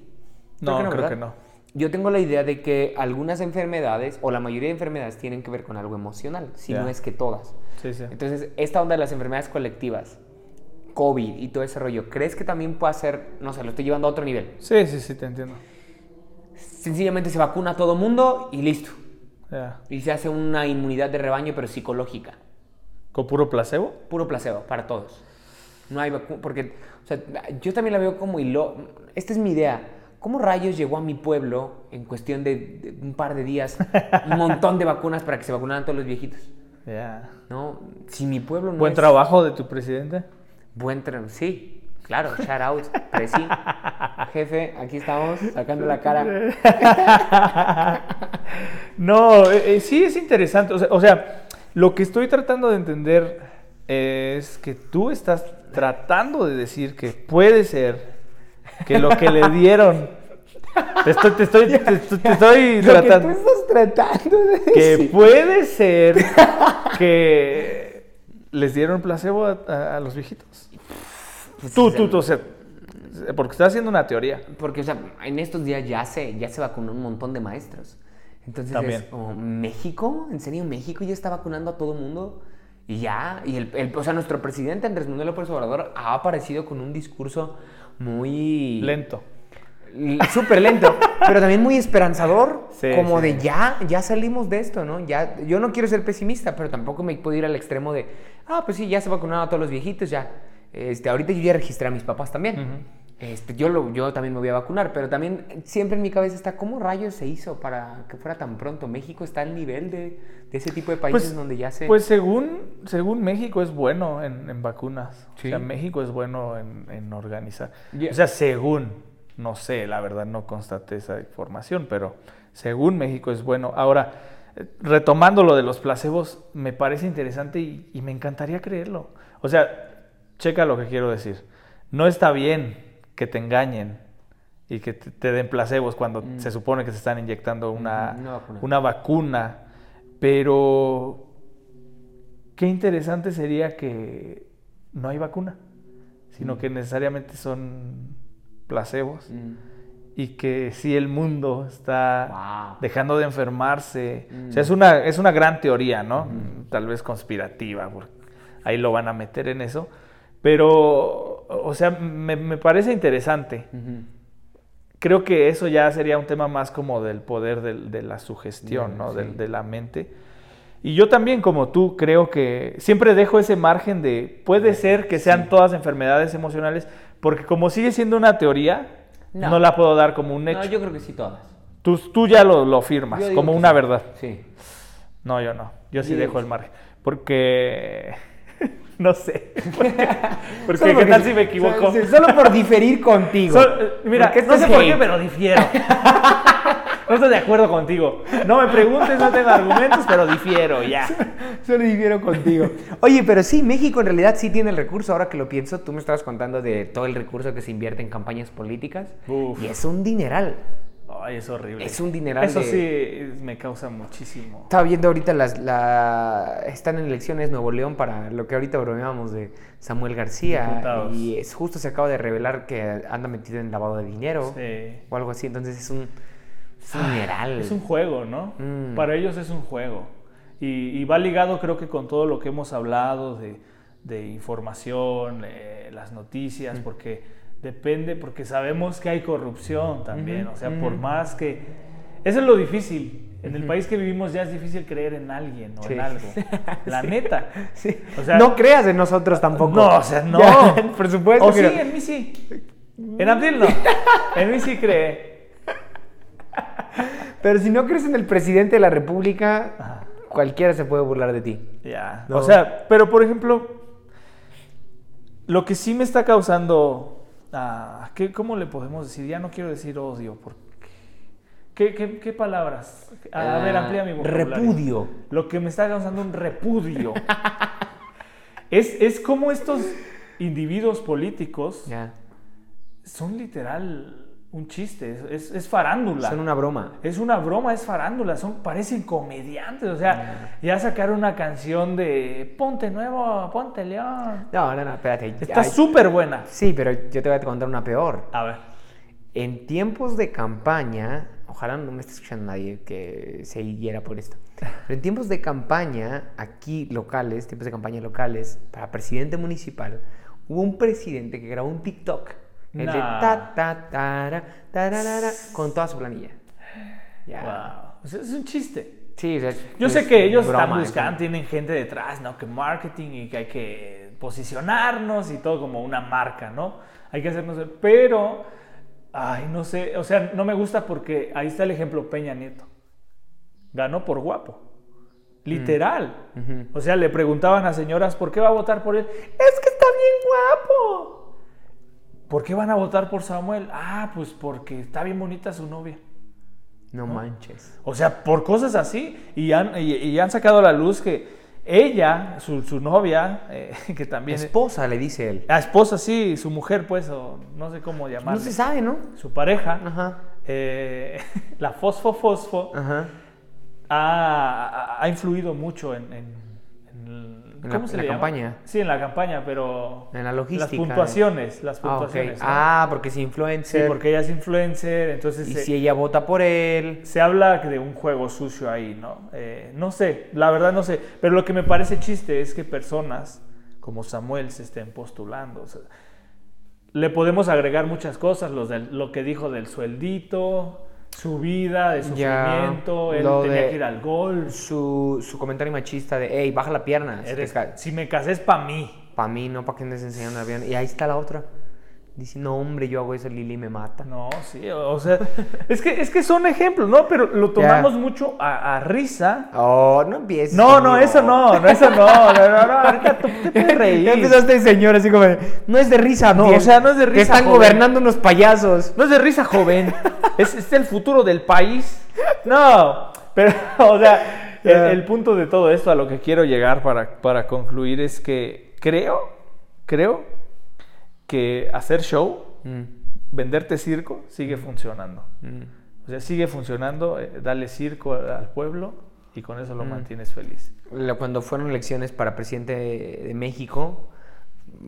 Speaker 2: No, creo que no.
Speaker 1: Yo tengo la idea de que algunas enfermedades, o la mayoría de enfermedades, tienen que ver con algo emocional, si
Speaker 2: Ya.
Speaker 1: no es que todas.
Speaker 2: Sí, sí.
Speaker 1: Entonces, esta onda de las enfermedades colectivas, COVID y todo ese rollo, ¿crees que también puede ser, no sé, lo estoy llevando a otro nivel?
Speaker 2: Sí, sí, sí, te entiendo.
Speaker 1: Sencillamente se vacuna a todo mundo y listo.
Speaker 2: Ya.
Speaker 1: Y se hace una inmunidad de rebaño, pero psicológica.
Speaker 2: ¿Con puro placebo?
Speaker 1: Puro placebo para todos. No hay vacuna, porque, o sea, yo también la veo como hilo. Esta es mi idea. ¿Cómo rayos llegó a mi pueblo en cuestión de, de un par de días un montón de vacunas para que se vacunaran todos los viejitos?
Speaker 2: Ya.
Speaker 1: ¿No? Si mi pueblo no
Speaker 2: Buen
Speaker 1: es-
Speaker 2: trabajo de tu presidente.
Speaker 1: Buen tren, sí, claro, shout out, presi. Jefe, aquí estamos sacando la cara.
Speaker 2: No, eh, eh, sí es interesante. O sea, o sea, lo que estoy tratando de entender eh, es que tú estás tratando de decir que puede ser que lo que le dieron Te estoy, te estoy, te estoy, te
Speaker 1: Lo que
Speaker 2: estoy
Speaker 1: tú
Speaker 2: tratando.
Speaker 1: estás tratando de
Speaker 2: Que
Speaker 1: decir.
Speaker 2: puede ser que les dieron placebo a, a- a los viejitos.
Speaker 1: Pues
Speaker 2: Tú, tú, tú, o sea, porque estás haciendo una teoría.
Speaker 1: Porque, o sea, en estos días ya se, ya se vacunó un montón de maestros. Entonces
Speaker 2: También.
Speaker 1: es como, ¿México? ¿En serio México ya está vacunando a todo mundo? Y ya, y el, el- o sea, nuestro presidente Andrés Manuel López Obrador ha aparecido con un discurso muy...
Speaker 2: Lento.
Speaker 1: L- Súper lento, pero también muy esperanzador,
Speaker 2: Sí,
Speaker 1: como
Speaker 2: sí.
Speaker 1: de ya, ya salimos de esto, ¿no? Ya, yo no quiero ser pesimista, pero tampoco me puedo ir al extremo de, ah, pues sí, ya se vacunaron a todos los viejitos, ya. Este, ahorita yo ya registré a mis papás también. Este, yo, lo, yo también me voy a vacunar, pero también eh, siempre en mi cabeza está cómo rayos se hizo para que fuera tan pronto. México está al nivel de, de ese tipo de países donde ya se...
Speaker 2: Pues según, según México es bueno en, en vacunas.
Speaker 1: Sí.
Speaker 2: O sea, México es bueno en, en organizar.
Speaker 1: Ya.
Speaker 2: O sea, según, no sé, la verdad no constaté esa información, pero según México es bueno. Ahora, eh, retomando lo de los placebos, me parece interesante y, y me encantaría creerlo. O sea, checa lo que quiero decir. No está bien que te engañen y que te, te den placebos cuando
Speaker 1: Mm.
Speaker 2: se supone que se están inyectando una,
Speaker 1: Una vacuna.
Speaker 2: una vacuna. Pero qué interesante sería que no hay vacuna, sino que necesariamente son placebos
Speaker 1: Mm.
Speaker 2: y que sí el mundo está
Speaker 1: Wow.
Speaker 2: dejando de enfermarse. O sea,
Speaker 1: Mm.
Speaker 2: es una, es una gran teoría, ¿no? Tal vez conspirativa, porque ahí lo van a meter en eso. Pero, o sea, me, me parece interesante.
Speaker 1: Ujú.
Speaker 2: Creo que eso ya sería un tema más como del poder del- de, la sugestión,
Speaker 1: Ya,
Speaker 2: ¿no?
Speaker 1: sí.
Speaker 2: Del- de la mente. Y yo también, como tú, creo que siempre dejo ese margen de, puede ser que sean todas enfermedades emocionales, porque como sigue siendo una teoría, no,
Speaker 1: No.
Speaker 2: la puedo dar como un hecho.
Speaker 1: No, yo creo que sí todas.
Speaker 2: tú, tú ya lo, lo firmas,
Speaker 1: Yo digo
Speaker 2: como
Speaker 1: que
Speaker 2: una
Speaker 1: sí.
Speaker 2: verdad.
Speaker 1: Sí.
Speaker 2: No, yo no. Yo sí
Speaker 1: Yo digo
Speaker 2: dejo
Speaker 1: que
Speaker 2: el
Speaker 1: sí.
Speaker 2: margen. Porque... no sé. porque
Speaker 1: Solo
Speaker 2: qué tal
Speaker 1: porque-
Speaker 2: si me equivoco.
Speaker 1: Sí, Solo por diferir contigo.
Speaker 2: Sol- eh, mira,
Speaker 1: Porque esto
Speaker 2: no sé
Speaker 1: es
Speaker 2: por
Speaker 1: hate.
Speaker 2: qué, pero difiero. No estoy de acuerdo contigo. No me preguntes, no tengo argumentos, pero difiero, ya.
Speaker 1: Solo difiero contigo. Oye, pero sí, México en realidad sí tiene el recurso. Ahora que lo pienso, tú me estabas contando de todo el recurso que se invierte en campañas políticas.
Speaker 2: Uf.
Speaker 1: Y es un dineral.
Speaker 2: Ay, es horrible.
Speaker 1: Es un dineral
Speaker 2: Eso
Speaker 1: de-
Speaker 2: sí me causa muchísimo.
Speaker 1: Estaba viendo ahorita las... la- Están en elecciones Nuevo León para lo que ahorita bromeábamos de Samuel García.
Speaker 2: Diputados.
Speaker 1: Y es justo se acaba de revelar que anda metido en lavado de dinero.
Speaker 2: Sí. Ah,
Speaker 1: O algo así. Entonces es un... Es un dineral.
Speaker 2: Es un juego, ¿no?
Speaker 1: Mm.
Speaker 2: Para ellos es un juego. Y, y va ligado creo que con todo lo que hemos hablado de, de información, eh, las noticias,
Speaker 1: Mm.
Speaker 2: porque depende, porque sabemos que hay corrupción también.
Speaker 1: Ujú,
Speaker 2: O sea,
Speaker 1: ujú.
Speaker 2: por más que... Eso es lo difícil. En el país que vivimos ya es difícil creer en alguien o
Speaker 1: Sí.
Speaker 2: en algo. La neta.
Speaker 1: Sí.
Speaker 2: O sea-
Speaker 1: no creas en nosotros tampoco.
Speaker 2: No, o sea, no.
Speaker 1: Ya, por supuesto.
Speaker 2: O sí,
Speaker 1: pero-
Speaker 2: en mí sí. En Abdil no. En mí sí cree.
Speaker 1: Pero si no crees en el presidente de la República,
Speaker 2: Ajá.
Speaker 1: cualquiera se puede burlar de ti.
Speaker 2: Ya.
Speaker 1: No.
Speaker 2: O sea, pero por ejemplo, lo que sí me está causando. ah, ¿qué- ¿Cómo le podemos decir? Ya no quiero decir odio. Porque... ¿Qué, qué, qué palabras? A ver,
Speaker 1: Ah,
Speaker 2: amplía mi vocabulario.
Speaker 1: repudio.
Speaker 2: Lo que me está causando un repudio es, es como estos individuos políticos
Speaker 1: Ya.
Speaker 2: son literal un chiste. es- Es, es farándula.
Speaker 1: Son una broma.
Speaker 2: Es una broma, es farándula, son, parecen comediantes, o sea, ya sacaron una canción de Ponte Nuevo, Ponte León.
Speaker 1: No, no, no, espérate.
Speaker 2: Está
Speaker 1: Ay,
Speaker 2: súper buena.
Speaker 1: Sí, pero yo te voy a contar una peor.
Speaker 2: A ver.
Speaker 1: En tiempos de campaña, ojalá no me esté escuchando nadie que se hiriera por esto. Pero en tiempos de campaña, aquí locales, tiempos de campaña locales, para presidente municipal, hubo un presidente que grabó un TikTok. El de
Speaker 2: Nah.
Speaker 1: ta, ta, tara, tararara, con toda su planilla. Ya.
Speaker 2: Wow. O sea, es un chiste.
Speaker 1: Sí, o sea,
Speaker 2: Yo
Speaker 1: es
Speaker 2: sé que ellos están
Speaker 1: broma, ¿eh? es
Speaker 2: buscando, tienen gente detrás, ¿no? Que marketing y que hay que posicionarnos y todo como una marca, ¿no? Hay que hacernos... ver- Pero, ay, no sé, o sea, no me gusta porque ahí está el ejemplo Peña Nieto. Ganó por guapo. Literal.
Speaker 1: Mm. Ujú.
Speaker 2: O sea, le preguntaban a señoras, ¿por qué va a votar por él? Es que está bien guapo. ¿Por qué van a votar por Samuel? Ah, pues porque está bien bonita su novia.
Speaker 1: No manches.
Speaker 2: O sea, por cosas así. Y han, y, y han sacado a la luz que Ella, su, su novia, eh, que también...
Speaker 1: Esposa, le dice él.
Speaker 2: La esposa, sí, su mujer, pues, o no sé cómo
Speaker 1: No
Speaker 2: llamarle.
Speaker 1: se sabe, ¿no?
Speaker 2: Su pareja,
Speaker 1: Ajá.
Speaker 2: eh, la Fosfo Fosfo,
Speaker 1: Ajá. Ah.
Speaker 2: ha, ha influido mucho en, en- en el-
Speaker 1: En la- en la campaña.
Speaker 2: Sí, en la campaña, pero...
Speaker 1: En la logística. eh.
Speaker 2: Las puntuaciones, las
Speaker 1: Ah, ok.
Speaker 2: puntuaciones. ¿no?
Speaker 1: Ah, porque es
Speaker 2: sí,
Speaker 1: influencer.
Speaker 2: porque ella es influencer, entonces... eh,
Speaker 1: Y
Speaker 2: se-
Speaker 1: si ella vota por él.
Speaker 2: se habla de un juego sucio ahí, ¿no? Eh, no sé, la verdad no sé. Pero lo que me parece chiste es que personas como Samuel se estén postulando. o sea, le podemos agregar muchas cosas, los del- lo que dijo del sueldito, su vida, de
Speaker 1: Ya,
Speaker 2: sufrimiento, él
Speaker 1: lo
Speaker 2: tenía
Speaker 1: de-
Speaker 2: que ir al golf.
Speaker 1: Su, su comentario machista de, hey, baja la pierna.
Speaker 2: Eres- si me casé es para mí.
Speaker 1: Para mí, no, para que andes enseñando la pierna. Y ahí está la otra. Dice, no, hombre, yo hago eso, Lili me mata.
Speaker 2: No, sí, o o sea, es que, es que son ejemplos, ¿no? Pero lo tomamos mucho a- a risa.
Speaker 1: Oh, no empieces.
Speaker 2: No, no,
Speaker 1: conmigo.
Speaker 2: eso no, no, eso no, no, no, no, ahorita tú te puedes reír.
Speaker 1: Ya empezaste, este señor, así como de, no es de risa,
Speaker 2: No,
Speaker 1: tío,
Speaker 2: o sea, no es de
Speaker 1: Que
Speaker 2: risa,
Speaker 1: están
Speaker 2: joven.
Speaker 1: gobernando unos payasos.
Speaker 2: No es de risa, joven. Es, es el futuro del país. No, pero, o sea, el,
Speaker 1: Ya.
Speaker 2: el punto de todo esto a lo que quiero llegar para, para concluir es que creo, creo que hacer show,
Speaker 1: Mm,
Speaker 2: venderte circo, sigue funcionando. O sea, sigue funcionando, eh, dale circo al pueblo y con eso lo
Speaker 1: Mm.
Speaker 2: mantienes feliz.
Speaker 1: La- Cuando fueron elecciones para presidente de, de México,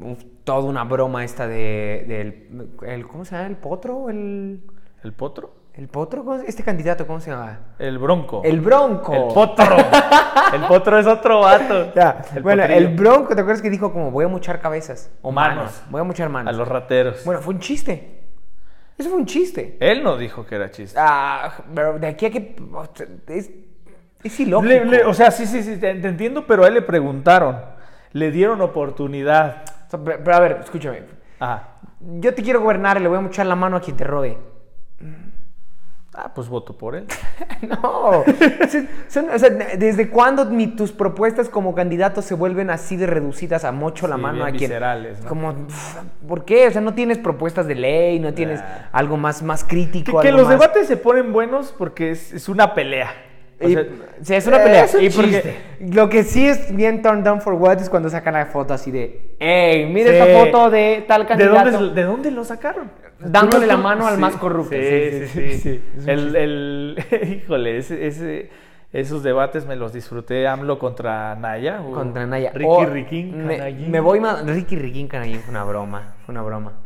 Speaker 1: uf, toda una broma esta de, del- el- ¿cómo se llama? ¿El potro? ¿El,
Speaker 2: ¿El potro?
Speaker 1: el potro? ¿Cómo se- Este candidato, ¿cómo se llama?
Speaker 2: El bronco.
Speaker 1: El bronco.
Speaker 2: El potro. el potro es otro vato.
Speaker 1: Ya,
Speaker 2: El
Speaker 1: bueno,
Speaker 2: potrillo.
Speaker 1: el bronco, ¿te acuerdas que dijo como voy a mochar cabezas? O
Speaker 2: Manos.
Speaker 1: manos. Voy a mochar manos.
Speaker 2: A los rateros.
Speaker 1: Bueno, fue un chiste. Eso fue un chiste.
Speaker 2: Él no dijo que era chiste.
Speaker 1: Ah, pero de aquí a que. o sea, Es, es ilógico.
Speaker 2: Le- le- o sea, sí, sí, sí, te, te entiendo, pero a él le preguntaron. Le dieron oportunidad.
Speaker 1: O sea, pero, pero a ver, escúchame.
Speaker 2: Ah,
Speaker 1: Yo te quiero gobernar y le voy a mochar la mano a quien te robe.
Speaker 2: ah pues voto por él.
Speaker 1: No. Son- son- o sea, ¿desde cuándo ni tus propuestas como candidato se vuelven así de reducidas a mocho la
Speaker 2: Sí,
Speaker 1: mano
Speaker 2: bien
Speaker 1: a quien?
Speaker 2: viscerales, ¿no?
Speaker 1: Como, pff, ¿por qué? O sea, no tienes propuestas de ley, no tienes
Speaker 2: Nah.
Speaker 1: algo más, más
Speaker 2: Que,
Speaker 1: crítico.
Speaker 2: que
Speaker 1: algo
Speaker 2: los
Speaker 1: más-
Speaker 2: debates se ponen buenos porque es, es una pelea. O
Speaker 1: Y-
Speaker 2: sea,
Speaker 1: sí, es una pelea.
Speaker 2: eh, Es un
Speaker 1: y porque
Speaker 2: chiste.
Speaker 1: lo que sí es bien turned down for what es cuando sacan la foto así de, hey, mira
Speaker 2: Sí.
Speaker 1: esta foto de tal
Speaker 2: ¿De
Speaker 1: candidato.
Speaker 2: dónde, es- de dónde lo sacaron?
Speaker 1: Dándole la
Speaker 2: Sí,
Speaker 1: mano al más corrupto.
Speaker 2: Sí, sí, sí.
Speaker 1: sí. Es un
Speaker 2: El, el- híjole, ese- ese- esos debates me los disfruté. AMLO contra Naya. o
Speaker 1: Contra Naya.
Speaker 2: Ricky
Speaker 1: O
Speaker 2: Riquín,
Speaker 1: me,
Speaker 2: Canallín.
Speaker 1: me voy más. Ricky Riquín Canallín fue una broma. Fue una broma.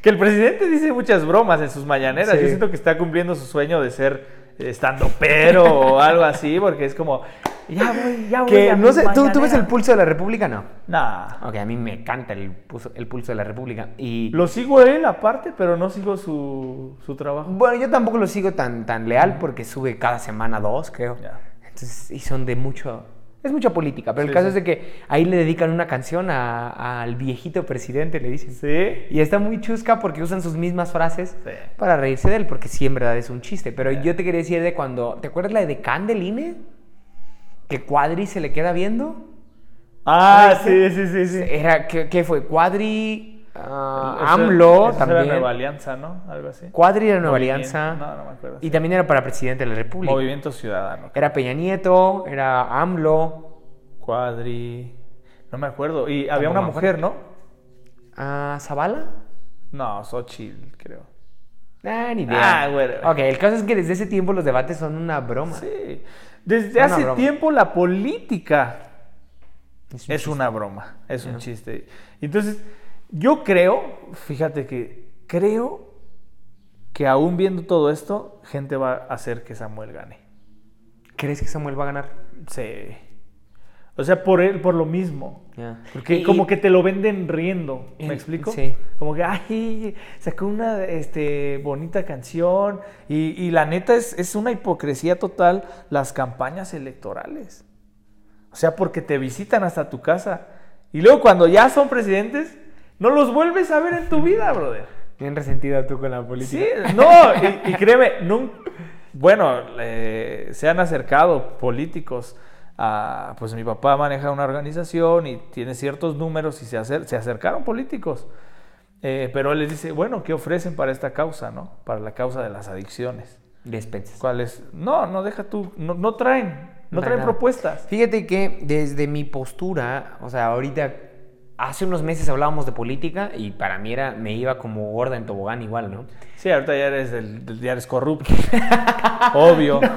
Speaker 2: Que el presidente dice muchas bromas en sus mañaneras.
Speaker 1: Sí.
Speaker 2: Yo siento que está cumpliendo su sueño de ser eh, estando pero o algo así, porque es como, ya voy, ya voy.
Speaker 1: Que
Speaker 2: a
Speaker 1: no
Speaker 2: mi
Speaker 1: sé, ¿tú, tú ves
Speaker 2: mañanera.
Speaker 1: el pulso de la República? No.
Speaker 2: Nah.
Speaker 1: Ok, a mí me encanta el pulso, el pulso de la República. Y.
Speaker 2: Lo sigo a él aparte, pero no sigo su, su trabajo.
Speaker 1: Bueno, yo tampoco lo sigo tan, tan leal porque sube cada semana dos, creo.
Speaker 2: Ya.
Speaker 1: Entonces, y son de mucho. Es mucha política, pero
Speaker 2: Sí,
Speaker 1: el caso
Speaker 2: sí.
Speaker 1: es de que ahí le dedican una canción a- al viejito presidente, le dicen.
Speaker 2: ¿Sí?
Speaker 1: Y está muy chusca porque usan sus mismas frases
Speaker 2: Sí.
Speaker 1: para reírse de él, porque sí, en verdad es un chiste. Pero
Speaker 2: Ya.
Speaker 1: yo te quería decir de cuando. ¿Te acuerdas la de Candeline? E? Que Cuadri se le queda viendo.
Speaker 2: Ah, sí, sí, sí, sí.
Speaker 1: Era, ¿qué, qué fue? Cuadri. ah,
Speaker 2: Eso-
Speaker 1: AMLO
Speaker 2: eso
Speaker 1: también.
Speaker 2: Era Nueva Alianza, ¿no? Algo así.
Speaker 1: Cuadri era Nueva
Speaker 2: Movimiento-
Speaker 1: Alianza.
Speaker 2: No, no me acuerdo.
Speaker 1: Y también era para presidente de la República.
Speaker 2: Movimiento Ciudadano.
Speaker 1: Era Peña Nieto, era AMLO.
Speaker 2: Cuadri. No me acuerdo. Y había
Speaker 1: Tampoco
Speaker 2: una
Speaker 1: me
Speaker 2: mujer, ¿no?
Speaker 1: ah, ¿Zavala?
Speaker 2: No, Xochitl, creo.
Speaker 1: Ah, ni idea.
Speaker 2: Ah, whatever.
Speaker 1: Ok, el caso es que desde ese tiempo los debates son una broma.
Speaker 2: Sí. Desde
Speaker 1: Una
Speaker 2: hace
Speaker 1: broma.
Speaker 2: tiempo la política
Speaker 1: Es un
Speaker 2: es una broma, es un chiste. Entonces, yo creo, fíjate que creo que aún viendo todo esto, gente va a hacer que Samuel gane.
Speaker 1: ch- ¿Crees que Samuel va a ganar?
Speaker 2: Sí. O sea, por él, por lo mismo.
Speaker 1: Ya.
Speaker 2: Porque
Speaker 1: Y-
Speaker 2: como
Speaker 1: y-
Speaker 2: que te lo venden riendo, ¿me
Speaker 1: El-
Speaker 2: explico?
Speaker 1: sí.
Speaker 2: Como que, ay, sacó una este, bonita canción. Y, y la neta es, es una hipocresía total las campañas electorales. O sea, porque te visitan hasta tu casa. Y luego cuando ya son presidentes, no los vuelves a ver en tu vida, brother.
Speaker 1: Bien resentido tú con la política.
Speaker 2: Sí, no, y, y créeme, nun- bueno, eh, se han acercado políticos a, pues mi papá maneja una organización y tiene ciertos números y se, acer- se acercaron políticos. Eh, pero él les dice, bueno, ¿qué ofrecen para esta causa, no? Para la causa de las adicciones.
Speaker 1: Despensas.
Speaker 2: ¿Cuáles? No, no deja tú, no, no traen. No traen
Speaker 1: nada.
Speaker 2: propuestas.
Speaker 1: Fíjate que desde mi postura, o sea, ahorita, hace unos meses hablábamos de política y para mí era, me iba como gorda en tobogán igual, ¿no?
Speaker 2: Sí, ahorita ya eres, del- ya eres corrupto. Obvio.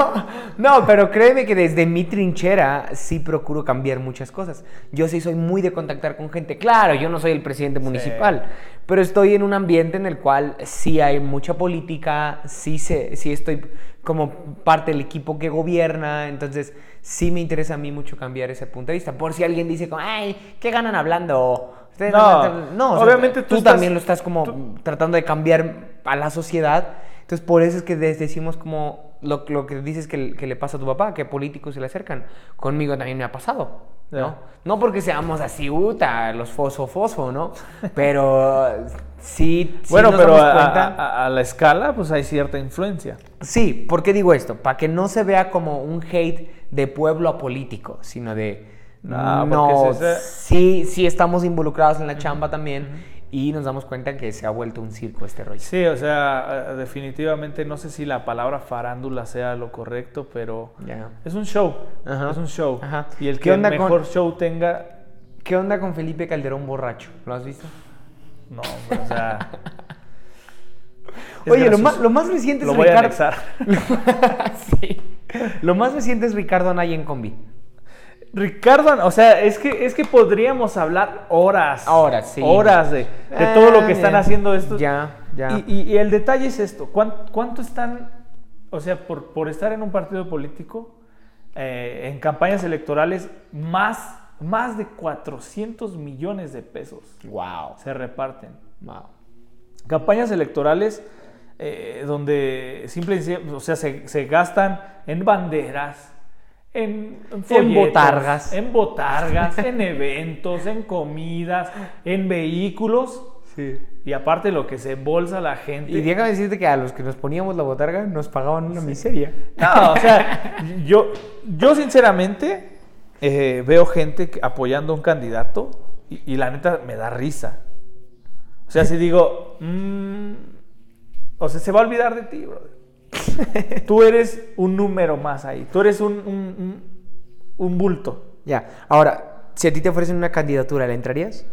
Speaker 1: No, pero créeme que desde mi trinchera sí procuro cambiar muchas cosas. Yo sí soy muy de contactar con gente. Claro, yo no soy el presidente municipal, pero estoy en un ambiente en el cual sí hay mucha política, sí, se, sí estoy como parte del equipo que gobierna, entonces sí me interesa a mí mucho cambiar ese punto de vista. Por si alguien dice, como, ay, ¿qué ganan hablando? Ustedes
Speaker 2: No,
Speaker 1: ganan- o sea,
Speaker 2: obviamente tú estás-
Speaker 1: también lo estás como tratando de cambiar a la sociedad. Entonces, por eso es que des- decimos como lo, lo que dices que, le- que le pasa a tu papá, que políticos se le acercan. Conmigo también me ha pasado, ¿no?
Speaker 2: Ya.
Speaker 1: No porque seamos así, uta, los fosfo, fosfo, ¿no? Pero sí, sí
Speaker 2: bueno,
Speaker 1: nos
Speaker 2: pero
Speaker 1: damos
Speaker 2: a,
Speaker 1: cuenta.
Speaker 2: a- a la escala, pues hay cierta influencia.
Speaker 1: Sí, ¿por qué digo esto? Para que no se vea como un hate de pueblo a político, sino de...
Speaker 2: No,
Speaker 1: No,
Speaker 2: porque si se-
Speaker 1: sí, sí estamos involucrados en la chamba también y nos damos cuenta que se ha vuelto un circo este rollo.
Speaker 2: Sí, o sea, eh, definitivamente no sé si la palabra farándula sea lo correcto, pero
Speaker 1: Ya.
Speaker 2: es un show.
Speaker 1: Ajá.
Speaker 2: Es un show.
Speaker 1: Ajá.
Speaker 2: Y el
Speaker 1: ¿Qué
Speaker 2: que el
Speaker 1: onda con-
Speaker 2: mejor show tenga,
Speaker 1: ¿Qué onda con Felipe Calderón borracho? ¿Lo has visto?
Speaker 2: no, hombre, o sea. es
Speaker 1: Oye, lo
Speaker 2: gracioso.
Speaker 1: más, lo más reciente
Speaker 2: Lo
Speaker 1: es
Speaker 2: voy a
Speaker 1: Ricardo.
Speaker 2: anexar.
Speaker 1: sí. Lo más reciente es Ricardo Anaya en combi.
Speaker 2: Ricardo, o sea, es que, es que podríamos hablar horas.
Speaker 1: Ahora sí.
Speaker 2: Horas de, de todo lo
Speaker 1: Ah,
Speaker 2: que están
Speaker 1: ya.
Speaker 2: haciendo estos.
Speaker 1: Ya, ya.
Speaker 2: Y, y- y el detalle es esto: ¿cuán- ¿cuánto están, o sea, por, por estar en un partido político, eh, en campañas electorales, más, más de 400 millones de pesos
Speaker 1: Wow.
Speaker 2: se reparten? campañas electorales eh, donde simple y sim- o sea, se, se gastan en banderas, en, folletos,
Speaker 1: botargas.
Speaker 2: en botargas, en eventos, en comidas, en vehículos
Speaker 1: Sí.
Speaker 2: y aparte lo que se embolsa la gente.
Speaker 1: Y déjame decirte que a los que nos poníamos la botarga nos pagaban una miseria.
Speaker 2: No, o sea, yo, yo sinceramente eh, veo gente que- apoyando a un candidato y, y la neta me da risa. O sea, si digo, mm, o sea, se va a olvidar de ti, brother. Tú eres un número más ahí, tú eres un, un- un- un bulto.
Speaker 1: Ya. Ahora, si a ti te ofrecen una candidatura, ¿la entrarías?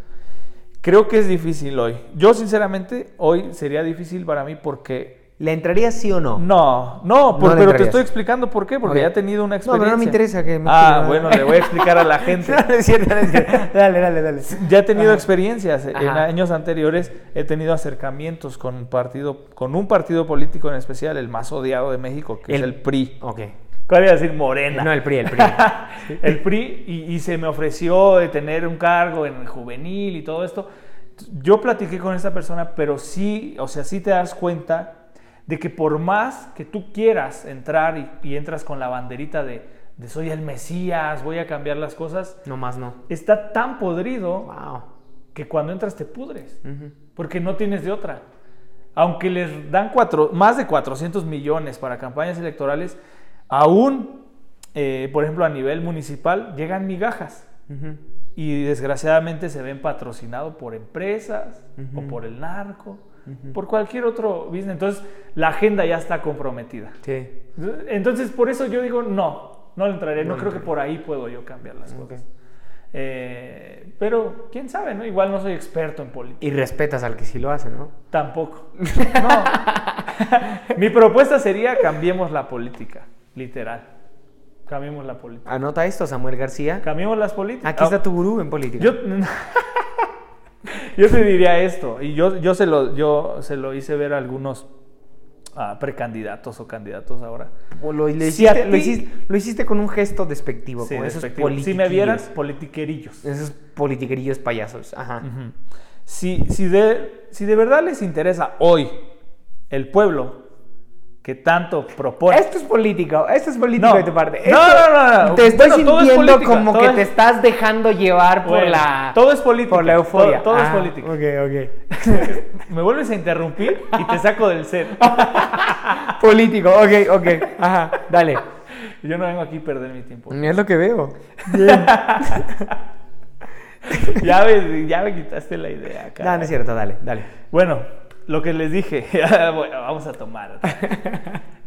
Speaker 2: Creo que es difícil hoy. Yo sinceramente hoy sería difícil para mí porque...
Speaker 1: ¿La entrarías sí o no?
Speaker 2: No, no, por-
Speaker 1: No le
Speaker 2: pero te
Speaker 1: entrarías.
Speaker 2: estoy explicando por qué, porque
Speaker 1: Ok.
Speaker 2: ya he tenido una
Speaker 1: No, pero no
Speaker 2: experiencia.
Speaker 1: me interesa que me
Speaker 2: Ah,
Speaker 1: escriba.
Speaker 2: bueno, le voy a explicar a la gente.
Speaker 1: No, no es cierto, no es cierto. Dale, dale, dale.
Speaker 2: Ya he tenido experiencias. En
Speaker 1: Ajá.
Speaker 2: años anteriores he tenido acercamientos con un partido, con un partido político en especial, el más odiado de México, que es
Speaker 1: El-
Speaker 2: el PRI.
Speaker 1: Ok.
Speaker 2: ¿Cuál iba a decir Morena?
Speaker 1: No, el PRI, el PRI.
Speaker 2: el PRI y, y se me ofreció de tener un cargo en el juvenil y todo esto. Yo platiqué con esta persona, pero sí, o sea, sí te das cuenta de que por más que tú quieras entrar y, y entras con la banderita de, de soy el Mesías, voy a cambiar las cosas,
Speaker 1: No más no.
Speaker 2: está tan podrido
Speaker 1: Wow.
Speaker 2: que cuando entras te pudres,
Speaker 1: Ujú.
Speaker 2: porque no tienes de otra. Aunque les dan cuatro, más de 400 millones para campañas electorales, aún, eh, por ejemplo, a nivel municipal, llegan migajas.
Speaker 1: Ujú.
Speaker 2: Y desgraciadamente se ven patrocinados por empresas o por el narco, por cualquier otro business. Entonces, la agenda ya está comprometida.
Speaker 1: Sí.
Speaker 2: Entonces, por eso yo digo, no, no le entraré. No,
Speaker 1: No le
Speaker 2: creo que
Speaker 1: entraré.
Speaker 2: por ahí puedo yo cambiar las
Speaker 1: Ok.
Speaker 2: cosas. Eh, pero, quién sabe, ¿no? Igual no soy experto en política.
Speaker 1: Y respetas al que sí lo hace, ¿no?
Speaker 2: Tampoco. No. Mi propuesta sería cambiemos la política, literal. Cambiemos la política.
Speaker 1: Anota esto, Samuel García.
Speaker 2: Cambiemos las políticas. Ah,
Speaker 1: Aquí está tu gurú en política.
Speaker 2: Yo, yo te diría esto, y yo, yo, se lo, yo se lo hice ver a algunos ah, precandidatos o candidatos ahora.
Speaker 1: O lo, lo
Speaker 2: Si
Speaker 1: hiciste,
Speaker 2: a
Speaker 1: lo,
Speaker 2: ti-
Speaker 1: hiciste, lo hiciste con un gesto despectivo,
Speaker 2: Sí,
Speaker 1: con esos
Speaker 2: despectivo. si me
Speaker 1: politiquillos.
Speaker 2: vieras, politiquerillos.
Speaker 1: Esos politiquerillos payasos. Ajá.
Speaker 2: Ujú. si, si, de, si de verdad les interesa hoy el pueblo que tanto propone...
Speaker 1: Esto es político, esto es político
Speaker 2: No.
Speaker 1: de tu parte.
Speaker 2: No,
Speaker 1: Esto-
Speaker 2: no, no, no.
Speaker 1: Te estoy
Speaker 2: Bueno, todo es
Speaker 1: sintiendo
Speaker 2: política,
Speaker 1: como
Speaker 2: todo
Speaker 1: que
Speaker 2: es-
Speaker 1: te estás dejando llevar por
Speaker 2: Bueno,
Speaker 1: la.
Speaker 2: todo es política,
Speaker 1: Por la euforia.
Speaker 2: todo- todo es
Speaker 1: Ah,
Speaker 2: política.
Speaker 1: Ok,
Speaker 2: Me vuelves a interrumpir y te saco del set.
Speaker 1: ok. político, ok, ok. Ajá, dale.
Speaker 2: Yo no vengo aquí a perder mi tiempo.
Speaker 1: Es lo que veo.
Speaker 2: Ya, ves, ya me quitaste la idea.
Speaker 1: No, no
Speaker 2: caray.
Speaker 1: es cierto, dale, dale.
Speaker 2: Bueno, lo que les dije, bueno, vamos a tomar.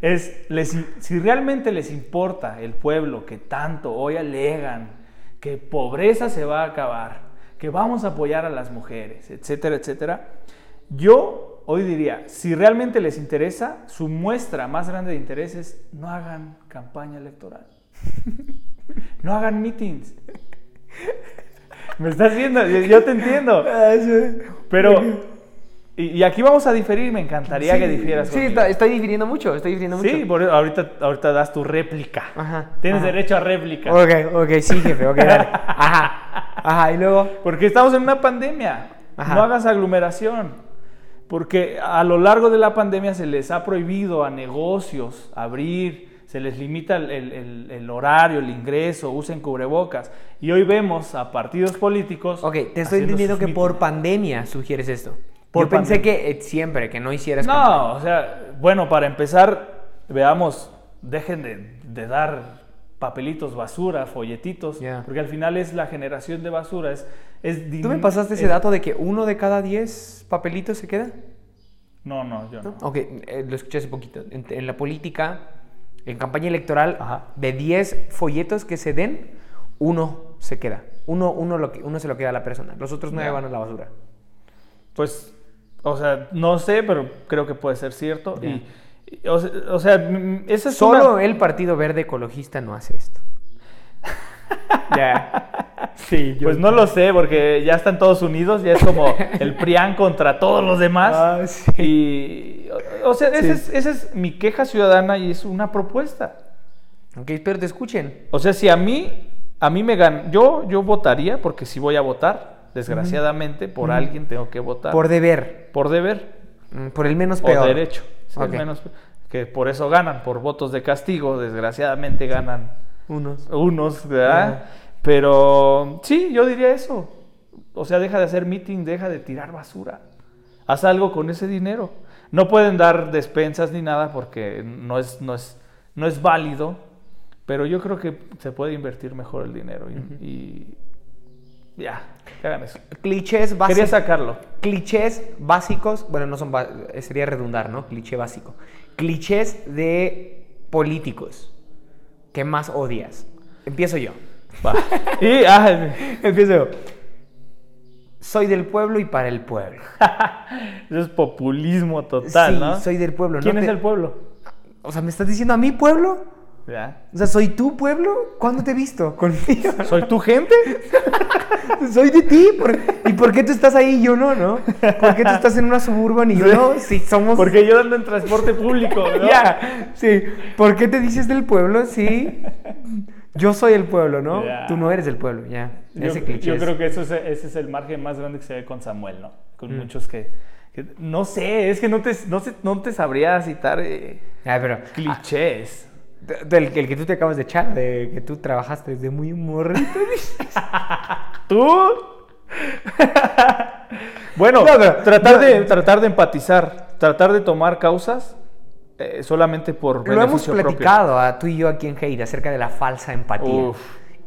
Speaker 2: es, les, si realmente les importa el pueblo que tanto hoy alegan que pobreza se va a acabar, que vamos a apoyar a las mujeres, etcétera, etcétera, yo hoy diría, si realmente les interesa, su muestra más grande de interés es no hagan campaña electoral. no hagan meetings. Me estás viendo, yo, yo te entiendo. Pero y, y aquí vamos a diferir, me encantaría
Speaker 1: Sí,
Speaker 2: que difieras.
Speaker 1: Sí,
Speaker 2: conmigo.
Speaker 1: está- estoy difiriendo mucho, estoy difiriendo mucho.
Speaker 2: Sí, por- ahorita, ahorita das tu réplica.
Speaker 1: Ajá,
Speaker 2: Tienes
Speaker 1: ajá.
Speaker 2: derecho a réplica.
Speaker 1: Ok, ok, sí, jefe, ok, dale. Ajá, ajá, y luego.
Speaker 2: Porque estamos en una pandemia.
Speaker 1: Ajá.
Speaker 2: No hagas aglomeración. Porque a lo largo de la pandemia se les ha prohibido a negocios abrir, se les limita el, el- el- el horario, el ingreso, usen cubrebocas. Y hoy vemos a partidos políticos.
Speaker 1: Ok, te estoy
Speaker 2: haciendo
Speaker 1: entendiendo
Speaker 2: sus
Speaker 1: que por
Speaker 2: mítines.
Speaker 1: pandemia sugieres esto.
Speaker 2: Por
Speaker 1: Yo pensé
Speaker 2: pandemia.
Speaker 1: que eh, siempre, que no hicieras. campaña.
Speaker 2: No, o sea, bueno, para empezar, veamos, dejen de, de dar papelitos, basura, folletitos,
Speaker 1: Ya.
Speaker 2: porque al final es la generación de basura, es... es
Speaker 1: ¿Tú me
Speaker 2: dimin-
Speaker 1: pasaste ese
Speaker 2: es-
Speaker 1: dato de que uno de cada diez papelitos se queda?
Speaker 2: No, no, yo no.
Speaker 1: Ok, eh, lo escuché hace poquito. En, en la política, en campaña electoral,
Speaker 2: Ajá.
Speaker 1: de 10 folletos que se den, uno se queda. Uno, uno, lo que- uno se lo queda a la persona. Los otros nueve
Speaker 2: Ya.
Speaker 1: van a la basura.
Speaker 2: Pues, o sea, no sé, pero creo que puede ser cierto.
Speaker 1: Ya.
Speaker 2: Y, y- o, se- o sea, mm, esa es
Speaker 1: Solo
Speaker 2: una-
Speaker 1: el Partido Verde Ecologista no hace esto. ya. Sí,
Speaker 2: Pues no lo sé, porque ya están todos unidos, ya es como el PRIAN contra todos los demás.
Speaker 1: Ah, sí.
Speaker 2: Y, o, o sea, esa
Speaker 1: Sí.
Speaker 2: es- esa es mi queja ciudadana y es una propuesta.
Speaker 1: Ok, espero te escuchen.
Speaker 2: O sea, si a mí, a mí me gan... yo, yo votaría porque si voy a votar, desgraciadamente, por
Speaker 1: Ujú.
Speaker 2: alguien tengo que votar.
Speaker 1: Por deber.
Speaker 2: Por deber
Speaker 1: Mm, Por el menos peor.
Speaker 2: o derecho. Sí,
Speaker 1: Ok.
Speaker 2: menos- que por eso ganan, por votos de castigo, desgraciadamente ganan
Speaker 1: Unos.
Speaker 2: unos, ¿verdad?
Speaker 1: Ajá.
Speaker 2: Pero sí, yo diría eso. O sea, deja de hacer meeting, deja de tirar basura. Haz algo con ese dinero. No pueden dar despensas ni nada porque no es, no es, no es válido, pero yo creo que se puede invertir mejor el dinero y, y- ya, que hagan eso.
Speaker 1: Clichés
Speaker 2: Quería
Speaker 1: básicos.
Speaker 2: sacarlo.
Speaker 1: clichés básicos, bueno, no son, ba- eh, sería redundar, ¿no? Cliché básico. Clichés de políticos que más odias. Empiezo yo.
Speaker 2: Va. Y, ah,
Speaker 1: Empiezo yo. Soy del pueblo y para el pueblo.
Speaker 2: eso es populismo total,
Speaker 1: sí,
Speaker 2: ¿no?
Speaker 1: soy del pueblo.
Speaker 2: ¿Quién
Speaker 1: ¿no?
Speaker 2: es
Speaker 1: Te-
Speaker 2: el pueblo?
Speaker 1: O sea, ¿me estás diciendo a mi pueblo?
Speaker 2: Ya.
Speaker 1: O sea, ¿soy tu pueblo? ¿Cuándo te he visto? Conmigo.
Speaker 2: ¿Soy tu gente?
Speaker 1: Soy de ti. ¿por- ¿Y por qué tú estás ahí y yo no, no? ¿Por qué tú estás en una suburban y yo no? Si somos...
Speaker 2: Porque yo ando en transporte público, ¿no?
Speaker 1: Ya, sí. ¿Por qué te dices del pueblo si yo soy el pueblo, no?
Speaker 2: Ya.
Speaker 1: Tú no eres del pueblo, ya.
Speaker 2: Yo,
Speaker 1: Ese cliché.
Speaker 2: yo
Speaker 1: es-
Speaker 2: creo que eso es- ese es el margen más grande que se ve con Samuel, ¿no?
Speaker 1: Mm.
Speaker 2: Con muchos que, que- No sé, es que no te, no sé- no te sabría citar eh,
Speaker 1: Ay, Ah, pero
Speaker 2: clichés.
Speaker 1: d- del el que tú te acabas de echar, de que tú trabajaste desde muy morrito.
Speaker 2: ¿Tú? bueno,
Speaker 1: No, pero-
Speaker 2: tratar,
Speaker 1: no,
Speaker 2: de, tratar de empatizar, tratar de tomar causas eh, solamente por
Speaker 1: Lo hemos
Speaker 2: beneficio propio.
Speaker 1: platicado a tú y yo aquí en Hate acerca de la falsa empatía.
Speaker 2: Uf.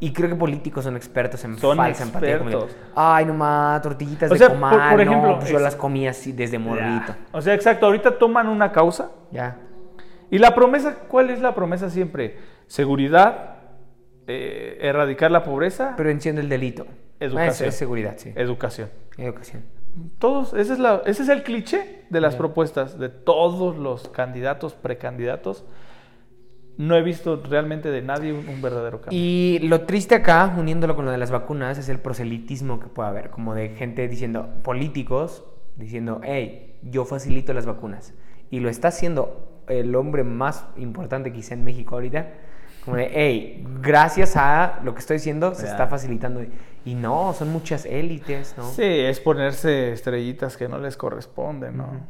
Speaker 1: Y creo que políticos son expertos en
Speaker 2: Son
Speaker 1: falsa empatía. como de,
Speaker 2: expertos.
Speaker 1: Ay, nomás, tortillitas
Speaker 2: O
Speaker 1: de
Speaker 2: sea, por-
Speaker 1: comal.
Speaker 2: por
Speaker 1: no,
Speaker 2: ejemplo,
Speaker 1: pues yo
Speaker 2: es-
Speaker 1: las comía así desde morrito.
Speaker 2: Ya. O sea, exacto, ahorita toman una causa
Speaker 1: Ya.
Speaker 2: ¿Y la promesa? ¿Cuál es la promesa siempre? Seguridad, eh, erradicar la pobreza,
Speaker 1: Pero enciende el delito. Eso
Speaker 2: Educación.
Speaker 1: es seguridad, sí.
Speaker 2: educación.
Speaker 1: Educación.
Speaker 2: Todos, ese es, la- ese es el cliché de las propuestas de todos los candidatos, precandidatos. No he visto realmente de nadie un, un verdadero cambio.
Speaker 1: Y lo triste acá, uniéndolo con lo de las vacunas, es el proselitismo que puede haber, como de gente diciendo, políticos, diciendo, hey, yo facilito las vacunas. Y lo está haciendo el hombre más importante quizá en México ahorita, como de, hey, gracias a lo que estoy haciendo, se
Speaker 2: Ya.
Speaker 1: está facilitando. Y no, son muchas élites, ¿no?
Speaker 2: Sí, es ponerse estrellitas que no les corresponden, ¿no?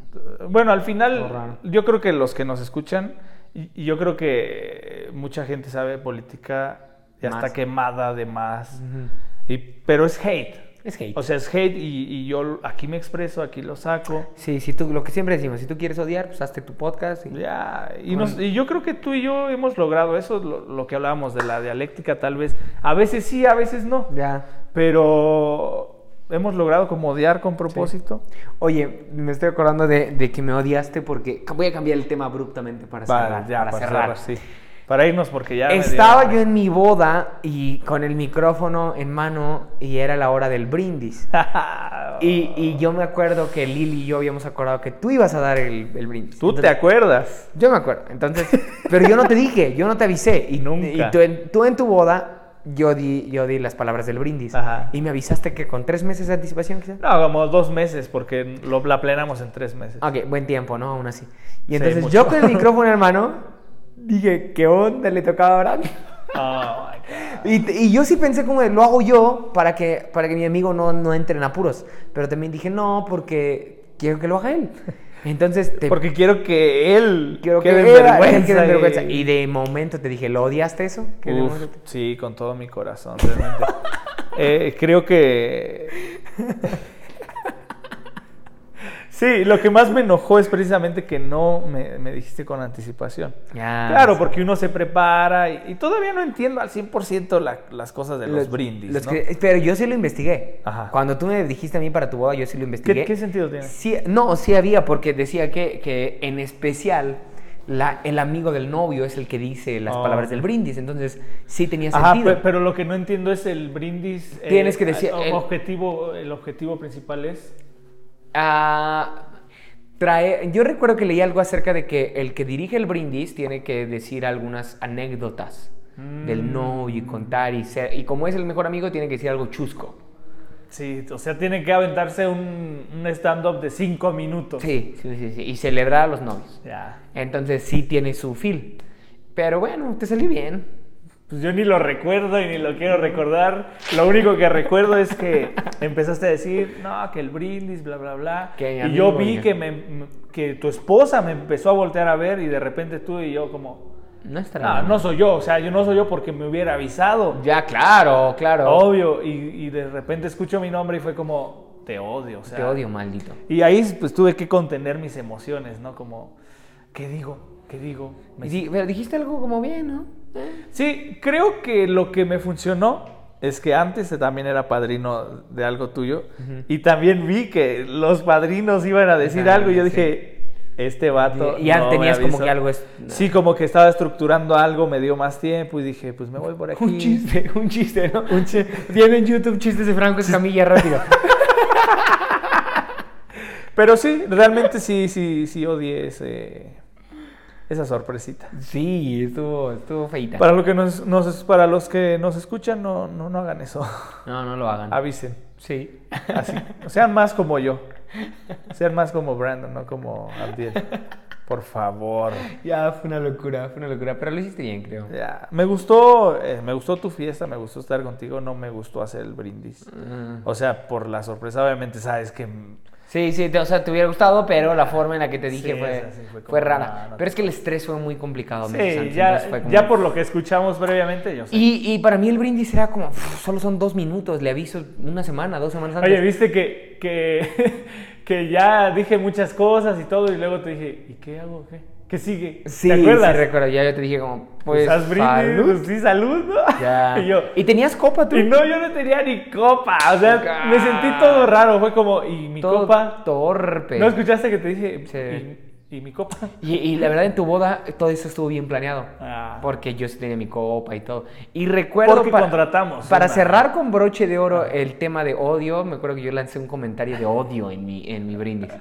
Speaker 2: Bueno, al
Speaker 1: Todo raro.
Speaker 2: final, yo creo que los que nos escuchan, y y yo creo que eh, mucha gente sabe de política, ya
Speaker 1: Más.
Speaker 2: está quemada de más.
Speaker 1: Ujú.
Speaker 2: Y- pero es hate.
Speaker 1: Es hate.
Speaker 2: O sea, es hate y, y yo aquí me expreso, aquí lo saco.
Speaker 1: sí, si tú, lo que siempre decimos, si tú quieres odiar, pues hazte tu podcast. y-
Speaker 2: Ya, y, nos- y yo creo que tú y yo hemos logrado eso, lo, lo que hablábamos de la dialéctica tal vez. A veces sí, a veces no.
Speaker 1: Ya.
Speaker 2: Pero hemos logrado como odiar con propósito.
Speaker 1: Oye, me estoy acordando de, de que me odiaste porque voy a cambiar el tema abruptamente para cerrar.
Speaker 2: Para, ya,
Speaker 1: para
Speaker 2: para
Speaker 1: cerrar.
Speaker 2: cerrar, sí. Para irnos porque ya... me dio-
Speaker 1: Estaba yo en mi boda y con el micrófono en mano y era la hora del brindis. Y, y yo me acuerdo que Lili y yo habíamos acordado que tú ibas a dar el, el brindis.
Speaker 2: Tú te
Speaker 1: Entonces,
Speaker 2: acuerdas.
Speaker 1: Yo me acuerdo. Entonces, pero yo no te dije, yo no te avisé. Y,
Speaker 2: Nunca.
Speaker 1: y tú, en, tú en tu boda, yo di, yo di las palabras del brindis.
Speaker 2: Ajá.
Speaker 1: Y me avisaste que con tres meses de anticipación, quizás.
Speaker 2: No, como dos meses porque lo, la planeamos en tres meses.
Speaker 1: Ok, buen tiempo, ¿no? Aún así.
Speaker 2: Sí,
Speaker 1: Y entonces
Speaker 2: mucho.
Speaker 1: yo con el micrófono en mano dije, ¿qué onda le tocaba a Abraham?
Speaker 2: Oh, my God.
Speaker 1: Y, y yo sí pensé como, de, lo hago yo para que, para que mi amigo no, no entre en apuros. Pero también dije, no, porque quiero que lo haga él. Entonces te...
Speaker 2: Porque quiero que él
Speaker 1: Este, Quiero que
Speaker 2: quede en
Speaker 1: él-
Speaker 2: vergüenza.
Speaker 1: él quede en vergüenza.
Speaker 2: y-
Speaker 1: Y de momento te dije, ¿lo odiaste eso? Que de
Speaker 2: Uf,
Speaker 1: momento te-
Speaker 2: sí, con todo mi corazón, realmente. Eh, creo que... Sí, lo que más me enojó es precisamente que no me, me dijiste con anticipación.
Speaker 1: Ya,
Speaker 2: Claro,
Speaker 1: Ah, sí.
Speaker 2: porque uno se prepara y, y todavía no entiendo al 100% la- las cosas de los, brindis.
Speaker 1: los
Speaker 2: ¿no?
Speaker 1: que- pero yo sí lo investigué.
Speaker 2: Ajá.
Speaker 1: Cuando tú me dijiste a mí para tu boda, yo sí lo investigué.
Speaker 2: ¿Qué, qué sentido tiene?
Speaker 1: Sí, no, sí había, porque decía que, que en especial la- el amigo del novio es el que dice las
Speaker 2: Oh.
Speaker 1: palabras del brindis, entonces sí tenía
Speaker 2: Ajá,
Speaker 1: sentido.
Speaker 2: pe- pero lo que no entiendo es el brindis. eh,
Speaker 1: Tienes que decir-
Speaker 2: o-
Speaker 1: el-
Speaker 2: objetivo, el objetivo principal es.
Speaker 1: Ah, trae, yo recuerdo que leí algo acerca de que el que dirige el brindis tiene que decir algunas anécdotas
Speaker 2: Mm.
Speaker 1: del novio y contar y ser, y como es el mejor amigo tiene que decir algo chusco.
Speaker 2: Sí, o sea, tiene que aventarse un, un stand-up de cinco minutos.
Speaker 1: Sí, sí, sí, sí, y celebrar a los novios.
Speaker 2: Ya.
Speaker 1: Entonces sí tiene su feel. Pero bueno, te salió bien.
Speaker 2: Pues yo ni lo recuerdo y ni lo quiero recordar. Lo único que recuerdo es que empezaste a decir, no, que el brindis, bla, bla, bla.
Speaker 1: Que
Speaker 2: y yo
Speaker 1: amigo,
Speaker 2: vi
Speaker 1: ya.
Speaker 2: que, me, m- que tu esposa me empezó a voltear a ver y de repente tú y yo como,
Speaker 1: No está
Speaker 2: no, Ah, no soy yo, o sea, yo no soy yo porque me hubiera avisado.
Speaker 1: Ya, claro, claro.
Speaker 2: Obvio, y, y de repente escucho mi nombre y fue como, te odio, o sea.
Speaker 1: Te odio, maldito.
Speaker 2: Y ahí pues tuve que contener mis emociones, ¿no? Como, ¿qué digo? ¿Qué digo? Me-
Speaker 1: Y di- pero dijiste algo como bien, ¿no? Eh.
Speaker 2: Sí, creo que lo que me funcionó es que antes también era padrino de algo tuyo y también vi que los padrinos iban a decir
Speaker 1: Ah,
Speaker 2: algo y yo
Speaker 1: sí.
Speaker 2: dije, este vato...
Speaker 1: Y ya
Speaker 2: no me
Speaker 1: tenías como
Speaker 2: avisó".
Speaker 1: que algo es-
Speaker 2: Sí, como que estaba estructurando algo, me dio más tiempo y dije, pues me voy por aquí.
Speaker 1: Un chiste, un chiste, ¿no? Un Tiene en YouTube chistes de Franco Escamilla rápido.
Speaker 2: Pero sí, realmente sí, sí, sí odié ese, esa sorpresita.
Speaker 1: sí, estuvo, estuvo feita.
Speaker 2: Para, lo que nos, nos- para los que nos escuchan, no, no, no hagan eso.
Speaker 1: No, no lo hagan.
Speaker 2: Avisen.
Speaker 1: Sí.
Speaker 2: Así. Sean más como yo. Sean más como Brandon, no como Abdiel. Por favor.
Speaker 1: Ya, fue una locura, fue una locura. Pero lo hiciste bien, creo.
Speaker 2: Ya. Me gustó, eh, me gustó tu fiesta, me gustó estar contigo, no me gustó hacer el brindis.
Speaker 1: Mm.
Speaker 2: O sea, por la sorpresa, obviamente sabes que mm,
Speaker 1: Sí, sí, te- o sea, te hubiera gustado, pero la forma en la que te dije
Speaker 2: Sí,
Speaker 1: fue,
Speaker 2: esa sí fue
Speaker 1: fue,
Speaker 2: como,
Speaker 1: rara.
Speaker 2: no, no
Speaker 1: pero es
Speaker 2: te-
Speaker 1: que el estrés fue muy complicado. meses
Speaker 2: sí,
Speaker 1: antes,
Speaker 2: ya,
Speaker 1: entonces fue como-
Speaker 2: ya por lo que escuchamos previamente, yo sé.
Speaker 1: Y, y para mí el brindis era como, "Uf, solo son dos minutos, le aviso una semana, dos semanas antes.
Speaker 2: Oye, viste que, que, que ya dije muchas cosas y todo, y luego te dije, ¿y qué hago? ¿Qué, ¿Qué sigue?
Speaker 1: Sí,
Speaker 2: ¿Te acuerdas?
Speaker 1: sí recuerdo. Ya yo te dije como, pues,
Speaker 2: Pues haz brindis,
Speaker 1: salud.
Speaker 2: pues sí, salud, ¿no?
Speaker 1: Ya.
Speaker 2: Y yo,
Speaker 1: Y tenías copa tú.
Speaker 2: y no, yo no tenía ni copa, o sea,
Speaker 1: Ah.
Speaker 2: me sentí todo raro, fue como, ¿y mi
Speaker 1: Todo
Speaker 2: copa?
Speaker 1: torpe.
Speaker 2: ¿No escuchaste que te dije,
Speaker 1: Sí.
Speaker 2: ¿y, y mi copa?
Speaker 1: y, y la verdad, en tu boda todo eso estuvo bien planeado.
Speaker 2: Ah.
Speaker 1: Porque yo sí tenía mi copa y todo. Y recuerdo.
Speaker 2: Porque
Speaker 1: pa-
Speaker 2: contratamos Ah.
Speaker 1: Para
Speaker 2: una.
Speaker 1: cerrar con broche de oro el tema de odio, me acuerdo que yo lancé un comentario de odio en mi, en mi brindis.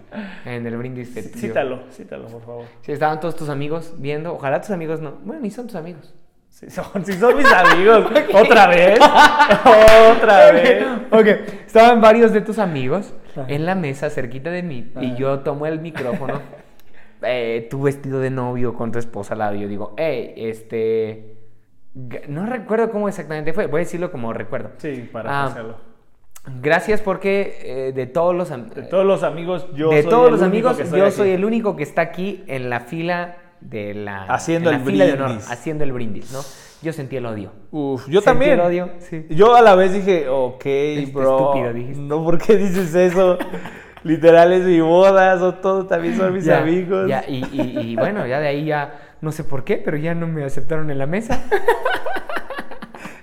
Speaker 1: En el brindis de tuyo.
Speaker 2: Cítalo, cítalo, por favor.
Speaker 1: Sí, estaban todos tus amigos viendo. Ojalá tus amigos no. Bueno, ni son tus amigos.
Speaker 2: Si son, sí son mis amigos, otra vez, otra vez.
Speaker 1: Ok, estaban varios de tus amigos en la mesa cerquita de mí y yo tomo el micrófono, eh, tu vestido de novio con tu esposa al lado y yo digo, hey, este... g- No recuerdo cómo exactamente fue, voy a decirlo como recuerdo.
Speaker 2: Sí, para
Speaker 1: Ah,
Speaker 2: hacerlo.
Speaker 1: Gracias porque eh, de todos los... am-
Speaker 2: De todos los amigos, yo
Speaker 1: de
Speaker 2: soy
Speaker 1: todos
Speaker 2: el
Speaker 1: los
Speaker 2: único
Speaker 1: amigos,
Speaker 2: que
Speaker 1: yo
Speaker 2: aquí.
Speaker 1: soy el único que está aquí en la fila de la...
Speaker 2: Haciendo
Speaker 1: en la
Speaker 2: el
Speaker 1: fila de honor,
Speaker 2: brindis.
Speaker 1: haciendo el brindis, ¿no? Yo sentí el odio.
Speaker 2: Uf, yo
Speaker 1: Sentí
Speaker 2: también.
Speaker 1: el odio, sí.
Speaker 2: Yo a la vez dije, ok, bro.
Speaker 1: estúpido, dijiste.
Speaker 2: No, ¿por qué dices eso? Literal es mi boda, son todos, también son mis
Speaker 1: Ya,
Speaker 2: amigos.
Speaker 1: ya, y, y- y bueno, ya de ahí ya, no sé por qué, pero ya no me aceptaron en la mesa.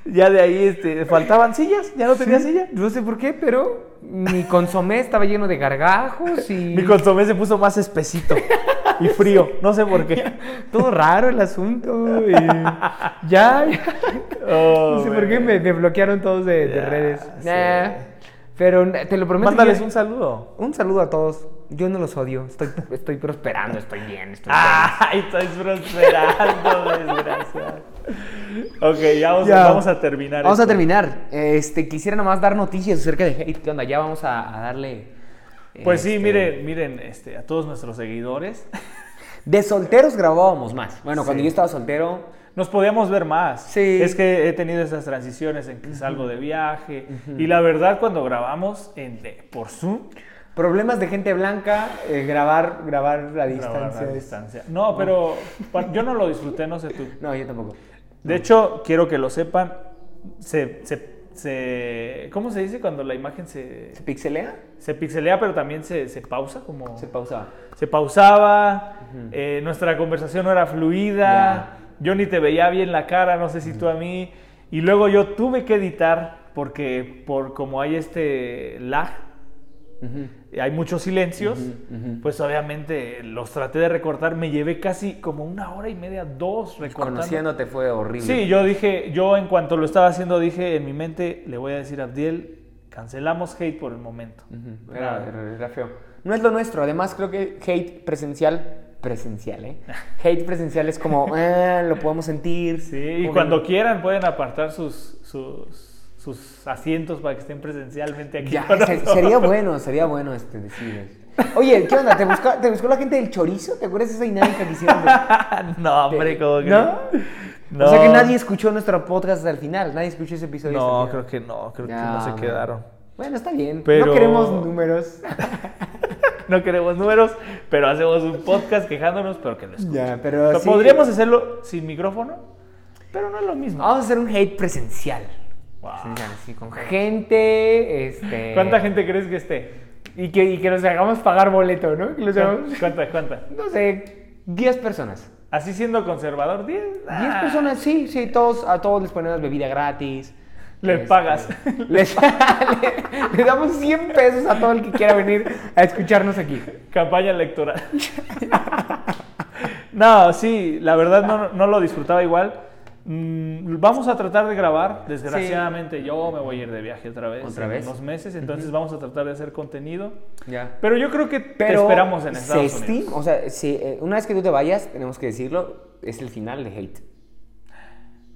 Speaker 2: ya de ahí este, faltaban sillas, ya no tenía silla.
Speaker 1: No sé por qué, pero mi consomé estaba lleno de gargajos y
Speaker 2: Mi consomé se puso más espesito y frío, no sé por qué.
Speaker 1: todo raro el asunto. y ya, ya.
Speaker 2: Oh,
Speaker 1: no sé por qué me,
Speaker 2: man.
Speaker 1: me bloquearon todos de, de
Speaker 2: Ya,
Speaker 1: redes.
Speaker 2: sí.
Speaker 1: Nah, Pero n- te lo prometo. que
Speaker 2: Mándales
Speaker 1: ya-
Speaker 2: un saludo.
Speaker 1: un saludo a todos. Yo no los odio. Estoy, estoy prosperando, estoy bien, estoy
Speaker 2: ¡Ay, Ah, estoy prosperando, desgraciado! Ok, ya vamos,
Speaker 1: Ya.
Speaker 2: vamos a terminar.
Speaker 1: bien. Vamos a
Speaker 2: esto.
Speaker 1: terminar. Este, quisiera nomás dar noticias acerca de hate. ¿Qué onda? Ya vamos a, a darle.
Speaker 2: Pues sí,
Speaker 1: este,
Speaker 2: miren, miren, este, a todos nuestros seguidores.
Speaker 1: De solteros grabábamos más. Bueno, cuando yo estaba soltero,
Speaker 2: Nos podíamos ver más.
Speaker 1: Sí.
Speaker 2: Es que he tenido esas transiciones en que salgo de viaje. Y la verdad, cuando grabamos en, de- por Zoom,
Speaker 1: problemas de gente blanca, eh, grabar, grabar a
Speaker 2: grabar
Speaker 1: distancia.
Speaker 2: a
Speaker 1: es-
Speaker 2: distancia. No, pero pa- yo no lo disfruté, no sé tú.
Speaker 1: No, yo tampoco.
Speaker 2: De hecho, quiero que lo sepan, se, se- se- ¿cómo se dice cuando la imagen se,
Speaker 1: ¿Se pixelea?
Speaker 2: se pixelea, pero también se, se pausa? Como,
Speaker 1: Se
Speaker 2: se,
Speaker 1: pausaba.
Speaker 2: pausaba, eh, nuestra conversación no era fluida, yo ni te veía bien la cara, no sé si tú a mí, y luego yo tuve que editar porque por como hay este lag,
Speaker 1: Ujú.
Speaker 2: y hay muchos silencios,
Speaker 1: Ujú, ujú.
Speaker 2: pues obviamente los traté de recortar, me llevé casi como una hora y media, dos recortando.
Speaker 1: Conociéndote fue horrible.
Speaker 2: Sí, yo dije, yo en cuanto lo estaba haciendo dije en mi mente, le voy a decir a Abdiel, cancelamos hate por el momento.
Speaker 1: Ujú, Era, era- era feo. No es lo nuestro. Además, creo que hate presencial, presencial, ¿eh? Hate presencial es como, "Ah, lo podemos sentir.
Speaker 2: Sí, y
Speaker 1: como que-
Speaker 2: cuando quieran pueden apartar sus, sus, sus asientos para que estén presencialmente aquí.
Speaker 1: Ya,
Speaker 2: con
Speaker 1: se-
Speaker 2: nosotros.
Speaker 1: sería bueno, sería bueno este, decir. Oye, ¿qué onda? ¿Te buscó, ¿Te buscó la gente del chorizo? ¿Te acuerdas de esa dinámica que hicieron? de-
Speaker 2: Ah, no, hombre, como que
Speaker 1: ¿No?
Speaker 2: No.
Speaker 1: O sea que nadie escuchó nuestro podcast hasta el final. Nadie escuchó ese episodio.
Speaker 2: No,
Speaker 1: hasta el
Speaker 2: creo
Speaker 1: final.
Speaker 2: que no, creo que
Speaker 1: Ya,
Speaker 2: no se
Speaker 1: man.
Speaker 2: quedaron.
Speaker 1: Bueno, está bien. No
Speaker 2: Pero-
Speaker 1: queremos números.
Speaker 2: No queremos números, pero hacemos un podcast quejándonos, pero que lo escuchen.
Speaker 1: ya, pero.
Speaker 2: O sea,
Speaker 1: sí-
Speaker 2: Podríamos hacerlo sin micrófono, pero no es lo mismo.
Speaker 1: Vamos a hacer un hate presencial.
Speaker 2: Wow.
Speaker 1: Presencial, sí, con gente. Este...
Speaker 2: ¿Cuánta gente crees que esté?
Speaker 1: Y que, y que los hagamos pagar boleto, ¿no? Que los hagamos,
Speaker 2: ¿Cuánta, cuánta?
Speaker 1: no sé, 10 personas. 10
Speaker 2: Así siendo conservador, 10. Ah,
Speaker 1: personas, sí, sí, todos, a todos les ponemos bebida gratis. Este,
Speaker 2: Les pagas.
Speaker 1: Les, le- le damos 100 pesos a todo el que quiera venir a escucharnos aquí.
Speaker 2: Campaña electoral. no, sí, la verdad no, no lo disfrutaba igual. Mm, Vamos a tratar de grabar. Desgraciadamente, yo me voy a ir de viaje otra vez.
Speaker 1: ¿Otra
Speaker 2: en
Speaker 1: vez?
Speaker 2: unos meses, entonces vamos a tratar de hacer contenido.
Speaker 1: Ya.
Speaker 2: Pero yo creo que
Speaker 1: Pero
Speaker 2: te esperamos en
Speaker 1: se
Speaker 2: Estados
Speaker 1: estima-
Speaker 2: Unidos.
Speaker 1: o sea, si, eh, una vez que tú te vayas, tenemos que decirlo, es el final de Hate.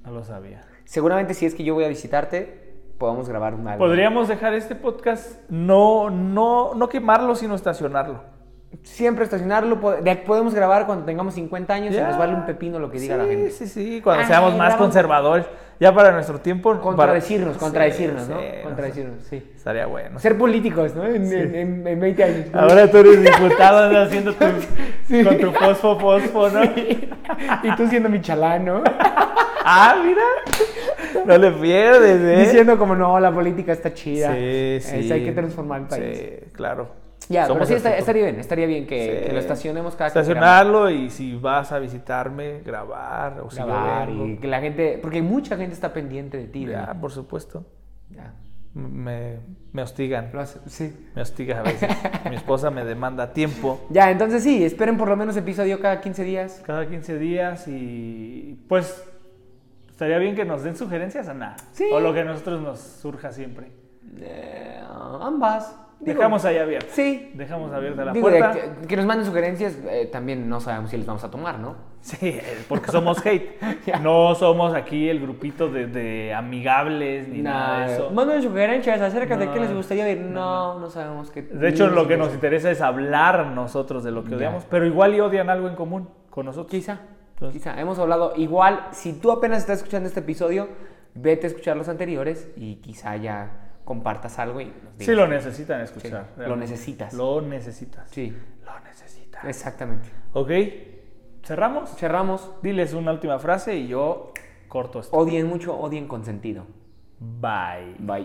Speaker 2: No lo sabía.
Speaker 1: Seguramente si es que yo voy a visitarte, podamos grabar un algo.
Speaker 2: Podríamos dejar este podcast, no, no, no quemarlo, sino estacionarlo.
Speaker 1: Siempre estacionarlo, po- de- podemos grabar cuando tengamos 50 años y
Speaker 2: Ya.
Speaker 1: nos vale un pepino lo que diga la
Speaker 2: Sí,
Speaker 1: gente.
Speaker 2: Sí, sí, cuando
Speaker 1: Ay,
Speaker 2: seamos más
Speaker 1: vamos.
Speaker 2: conservadores. Ya para nuestro tiempo.
Speaker 1: Contradecirnos,
Speaker 2: para-
Speaker 1: contradecirnos,
Speaker 2: Sí,
Speaker 1: ¿no?
Speaker 2: sí,
Speaker 1: contradecirnos,
Speaker 2: sé,
Speaker 1: sí.
Speaker 2: Estaría bueno.
Speaker 1: Ser políticos, ¿no? En, en- en- en 20 años.
Speaker 2: Ahora tú eres diputado andas haciendo tu,
Speaker 1: Sí.
Speaker 2: con tu fosfo, fosfo, ¿no?
Speaker 1: Y tú siendo mi chalán, ¿no?
Speaker 2: Ah, mira. No le pierdes, ¿eh?
Speaker 1: Diciendo como, no, la política está chida.
Speaker 2: Sí, sí.
Speaker 1: Es- hay que transformar el país.
Speaker 2: Sí, claro.
Speaker 1: Ya, pero
Speaker 2: Somos
Speaker 1: sí
Speaker 2: el
Speaker 1: está-
Speaker 2: futuro.
Speaker 1: estaría bien, estaría bien que,
Speaker 2: Sí.
Speaker 1: que lo estacionemos cada que
Speaker 2: Estacionarlo y si vas a visitarme, grabar o si
Speaker 1: queramos.
Speaker 2: yo
Speaker 1: Grabar
Speaker 2: vengo.
Speaker 1: y que la gente, porque mucha gente está pendiente de ti.
Speaker 2: Ya,
Speaker 1: ¿verdad?
Speaker 2: por supuesto.
Speaker 1: Ya.
Speaker 2: Me, me hostigan.
Speaker 1: Lo hace- sí.
Speaker 2: Me hostiga a veces. Mi esposa me demanda tiempo.
Speaker 1: Ya, entonces sí, esperen por lo menos episodio cada 15 días.
Speaker 2: Cada 15 días y pues estaría bien que nos den sugerencias a nada.
Speaker 1: Sí.
Speaker 2: O lo que a nosotros nos surja siempre.
Speaker 1: Eh, ambas. Digo,
Speaker 2: Dejamos ahí abierta.
Speaker 1: Sí.
Speaker 2: Dejamos abierta la
Speaker 1: Digo,
Speaker 2: puerta.
Speaker 1: que, que nos manden sugerencias, eh, también no sabemos si les vamos a tomar, ¿no?
Speaker 2: Sí, eh, porque somos hate.
Speaker 1: Ya.
Speaker 2: No somos aquí el grupito de, de amigables ni nada de eso.
Speaker 1: Manden sugerencias acerca de
Speaker 2: No,
Speaker 1: qué les gustaría ver. No,
Speaker 2: no,
Speaker 1: no, sabemos qué.
Speaker 2: De hecho,
Speaker 1: ni
Speaker 2: lo que
Speaker 1: siquiera-
Speaker 2: nos interesa es hablar nosotros de lo que
Speaker 1: Ya.
Speaker 2: odiamos, pero igual y odian algo en común con nosotros.
Speaker 1: Quizá,
Speaker 2: Entonces-
Speaker 1: quizá. Hemos hablado igual. Si tú apenas estás escuchando este episodio, vete a escuchar los anteriores y quizá ya compartas algo y nos digas.
Speaker 2: Sí, lo necesitan escuchar.
Speaker 1: Sí, lo
Speaker 2: realmente.
Speaker 1: necesitas.
Speaker 2: Lo necesitas.
Speaker 1: Sí,
Speaker 2: Lo necesitas.
Speaker 1: exactamente.
Speaker 2: Ok, cerramos.
Speaker 1: Cerramos.
Speaker 2: Diles una última frase y yo corto esto.
Speaker 1: Odien mucho, odien con sentido.
Speaker 2: Bye.
Speaker 1: Bye.